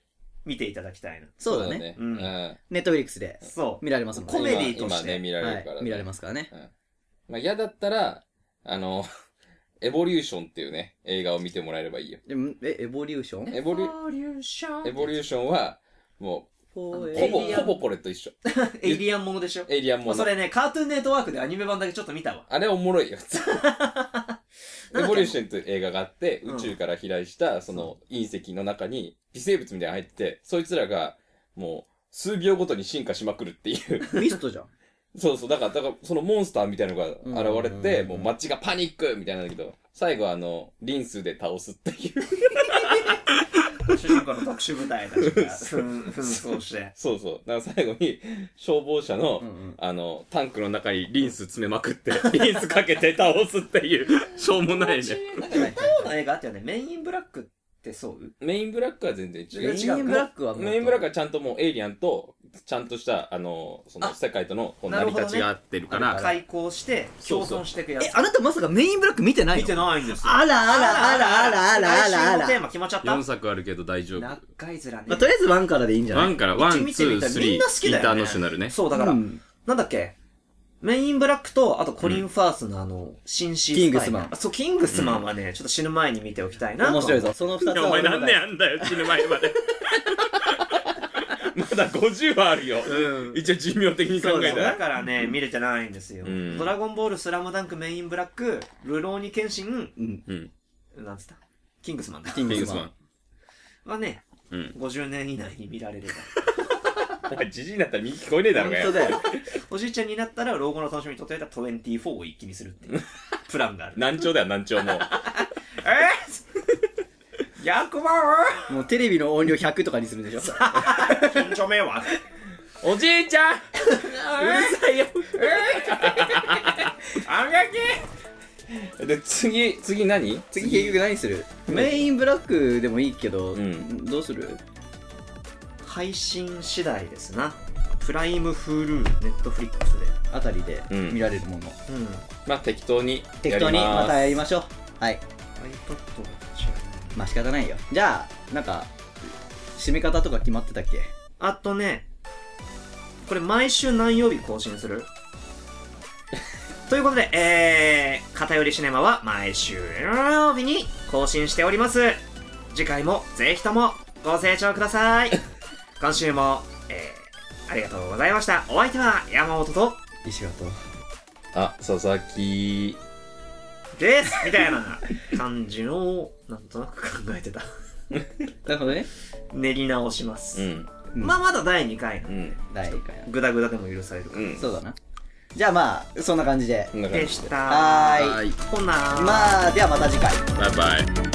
[SPEAKER 5] 見ていただきたいな。
[SPEAKER 3] そうだね。
[SPEAKER 1] そうだ
[SPEAKER 3] ネットフリックスで
[SPEAKER 5] そ
[SPEAKER 3] 見られます
[SPEAKER 1] うん
[SPEAKER 3] もん
[SPEAKER 5] コメディとし
[SPEAKER 1] 今今
[SPEAKER 5] て
[SPEAKER 1] ね、見られるから
[SPEAKER 3] は
[SPEAKER 1] ね。
[SPEAKER 3] い。見られますからね。
[SPEAKER 1] まあ嫌だったら、あの、 エボリューションっていうね、映画を見てもらえればいいよ。
[SPEAKER 3] でもえ、エボリューション
[SPEAKER 1] エボリュ、
[SPEAKER 5] う。
[SPEAKER 1] エボリューションは、も
[SPEAKER 3] ほ
[SPEAKER 1] う、
[SPEAKER 5] エ
[SPEAKER 1] ほ
[SPEAKER 5] イ
[SPEAKER 1] ぼ、
[SPEAKER 5] リアン
[SPEAKER 1] ほぼこれと一緒。
[SPEAKER 5] エイリアンものでしょ。
[SPEAKER 1] エイリアンもの
[SPEAKER 5] それね、カートゥーンネットワークでアニメ版だけちょっと見たわ。
[SPEAKER 1] あれおもろい よ。
[SPEAKER 5] なんだっけ
[SPEAKER 1] エボリューションという映画があって、
[SPEAKER 5] うん
[SPEAKER 1] 宇宙から飛来した、その隕石の中に微生物みたいなの入ってて、そいつらが、もう、数秒ごとに進化しまくるっていう。
[SPEAKER 3] ミストじゃん。
[SPEAKER 1] そうそう、だから、だから、そのモンスターみたいなのが現れて、
[SPEAKER 3] うん
[SPEAKER 1] もう街がパニックみたいなんだけど、最後はあの、リンスで倒すっていう。
[SPEAKER 5] 主人公の特殊部隊たちが 紛紛争して。
[SPEAKER 1] そうそう。だから最後に、消防車の、
[SPEAKER 3] うんうん
[SPEAKER 1] あの、タンクの中にリンス詰めまくって、 リンスかけて倒すって いう、しょうもないね。
[SPEAKER 5] なんか似たような映画あったよね。メインブラックってそう
[SPEAKER 1] メインブラックは全然違う。
[SPEAKER 5] 違う
[SPEAKER 3] メインブラックはもっと
[SPEAKER 1] メインブラックはちゃんともうエイリアンと、ちゃんとした、あの、その
[SPEAKER 5] あ
[SPEAKER 1] 世界とのこう
[SPEAKER 5] な
[SPEAKER 1] 成
[SPEAKER 5] る
[SPEAKER 1] り
[SPEAKER 5] ほどね
[SPEAKER 1] 立ちが合ってるから、
[SPEAKER 5] 開校して、共存していくやつ
[SPEAKER 3] え、。あなたまさかメインブラック見てないの
[SPEAKER 5] 見てないんですよ。
[SPEAKER 3] あらあらあらあらあらあらあ
[SPEAKER 5] 来週の
[SPEAKER 3] ら
[SPEAKER 5] テーマ決まっちゃった
[SPEAKER 1] 4。作あるけど大丈夫。
[SPEAKER 5] 中居面ね
[SPEAKER 3] まあ、。とりあえずワンからでいいんじゃない
[SPEAKER 1] 1から、1、
[SPEAKER 5] 一見てみ
[SPEAKER 1] 2、
[SPEAKER 5] たいみんな好
[SPEAKER 1] 3、
[SPEAKER 5] き
[SPEAKER 1] イ
[SPEAKER 5] だ
[SPEAKER 1] ン
[SPEAKER 5] よね
[SPEAKER 1] ターナショナルね。
[SPEAKER 5] そう、だから
[SPEAKER 3] う、ん
[SPEAKER 5] なんだっけメインブラックと、あとコリン・ファースのあの、新シーズン。
[SPEAKER 3] キングスマン
[SPEAKER 5] あそう、キングスマンはね、ちょっと死ぬ前に見ておきたいな。
[SPEAKER 3] 面白い。ぞ。その二つ
[SPEAKER 1] いや
[SPEAKER 3] は
[SPEAKER 1] お前
[SPEAKER 3] 俺も
[SPEAKER 1] 何年あんだよ、死ぬ前ま で。まだ50はあるよ。
[SPEAKER 3] うん。
[SPEAKER 1] 一応寿命的に考え
[SPEAKER 5] そう
[SPEAKER 1] た
[SPEAKER 5] だ
[SPEAKER 1] ら。
[SPEAKER 5] からね、見れてないんですよ。
[SPEAKER 1] うん
[SPEAKER 5] ドラゴンボール、スラムダンク、メインブラック、ルローニケンシン、
[SPEAKER 3] うん。
[SPEAKER 1] うん。
[SPEAKER 5] なんつったキングスマンだ。
[SPEAKER 3] キン
[SPEAKER 1] キン
[SPEAKER 3] グ
[SPEAKER 1] グ
[SPEAKER 3] ス
[SPEAKER 1] ス
[SPEAKER 3] マ
[SPEAKER 1] マ
[SPEAKER 3] ン
[SPEAKER 1] ン。
[SPEAKER 5] はね、
[SPEAKER 1] うん。
[SPEAKER 5] 50年以内に見られれば。
[SPEAKER 1] お前、じじいになったら右聞こえねえだろ
[SPEAKER 7] 本
[SPEAKER 1] うがよ
[SPEAKER 7] 当だよ。おじいちゃんになったら、老後の楽しみにとっておいた24を一気にするっていうプランがある。
[SPEAKER 1] 難聴だよ、難聴もう。
[SPEAKER 7] えー、100万
[SPEAKER 3] もうテレビの音量100とかにするんでしょ
[SPEAKER 7] 緊張めは
[SPEAKER 1] おじいちゃんうるさいよ。
[SPEAKER 7] あげ
[SPEAKER 1] で、次、次何
[SPEAKER 3] 次結局何するメインブラックでもいいけど、
[SPEAKER 1] うん
[SPEAKER 3] どうする
[SPEAKER 5] 配信次第ですな。プライム、フル、ネットフリックスで。
[SPEAKER 3] あたりで
[SPEAKER 1] うん
[SPEAKER 3] 見られるもの、
[SPEAKER 5] うん。
[SPEAKER 1] まあ、適当に。
[SPEAKER 3] 適当に
[SPEAKER 1] やり
[SPEAKER 3] ま
[SPEAKER 1] ます
[SPEAKER 3] たやりましょうはい
[SPEAKER 5] iPad をじゃ
[SPEAKER 3] まあ仕方ないよじゃあなんか締め方とか決まってたっけ
[SPEAKER 5] ああとね、これ毎週何曜日更新する ということで、えー、偏りシネマは毎週曜日に更新しております。次回もぜひともご清聴くだ さい。今週も、えー、ありがとうございました。お相手は山本と、
[SPEAKER 3] 石川と
[SPEAKER 1] あ、佐々木。
[SPEAKER 5] ですみた いな感じの、なんとなく考えてた。
[SPEAKER 3] なるほどね
[SPEAKER 5] 練り直します。
[SPEAKER 1] うん。
[SPEAKER 3] うん
[SPEAKER 5] まあまだ第2回
[SPEAKER 1] う
[SPEAKER 5] の。
[SPEAKER 1] ん。
[SPEAKER 3] 第1回
[SPEAKER 5] グダグダでも許されるか
[SPEAKER 1] う
[SPEAKER 5] ら。
[SPEAKER 1] ん。
[SPEAKER 3] そうだなじゃあまあそんな感じで
[SPEAKER 1] こんな感
[SPEAKER 5] で
[SPEAKER 1] じ
[SPEAKER 5] し
[SPEAKER 1] で。
[SPEAKER 5] た。
[SPEAKER 3] はーい
[SPEAKER 1] はーい。
[SPEAKER 5] ほなー。
[SPEAKER 3] まあではまた次回
[SPEAKER 1] バイバイ。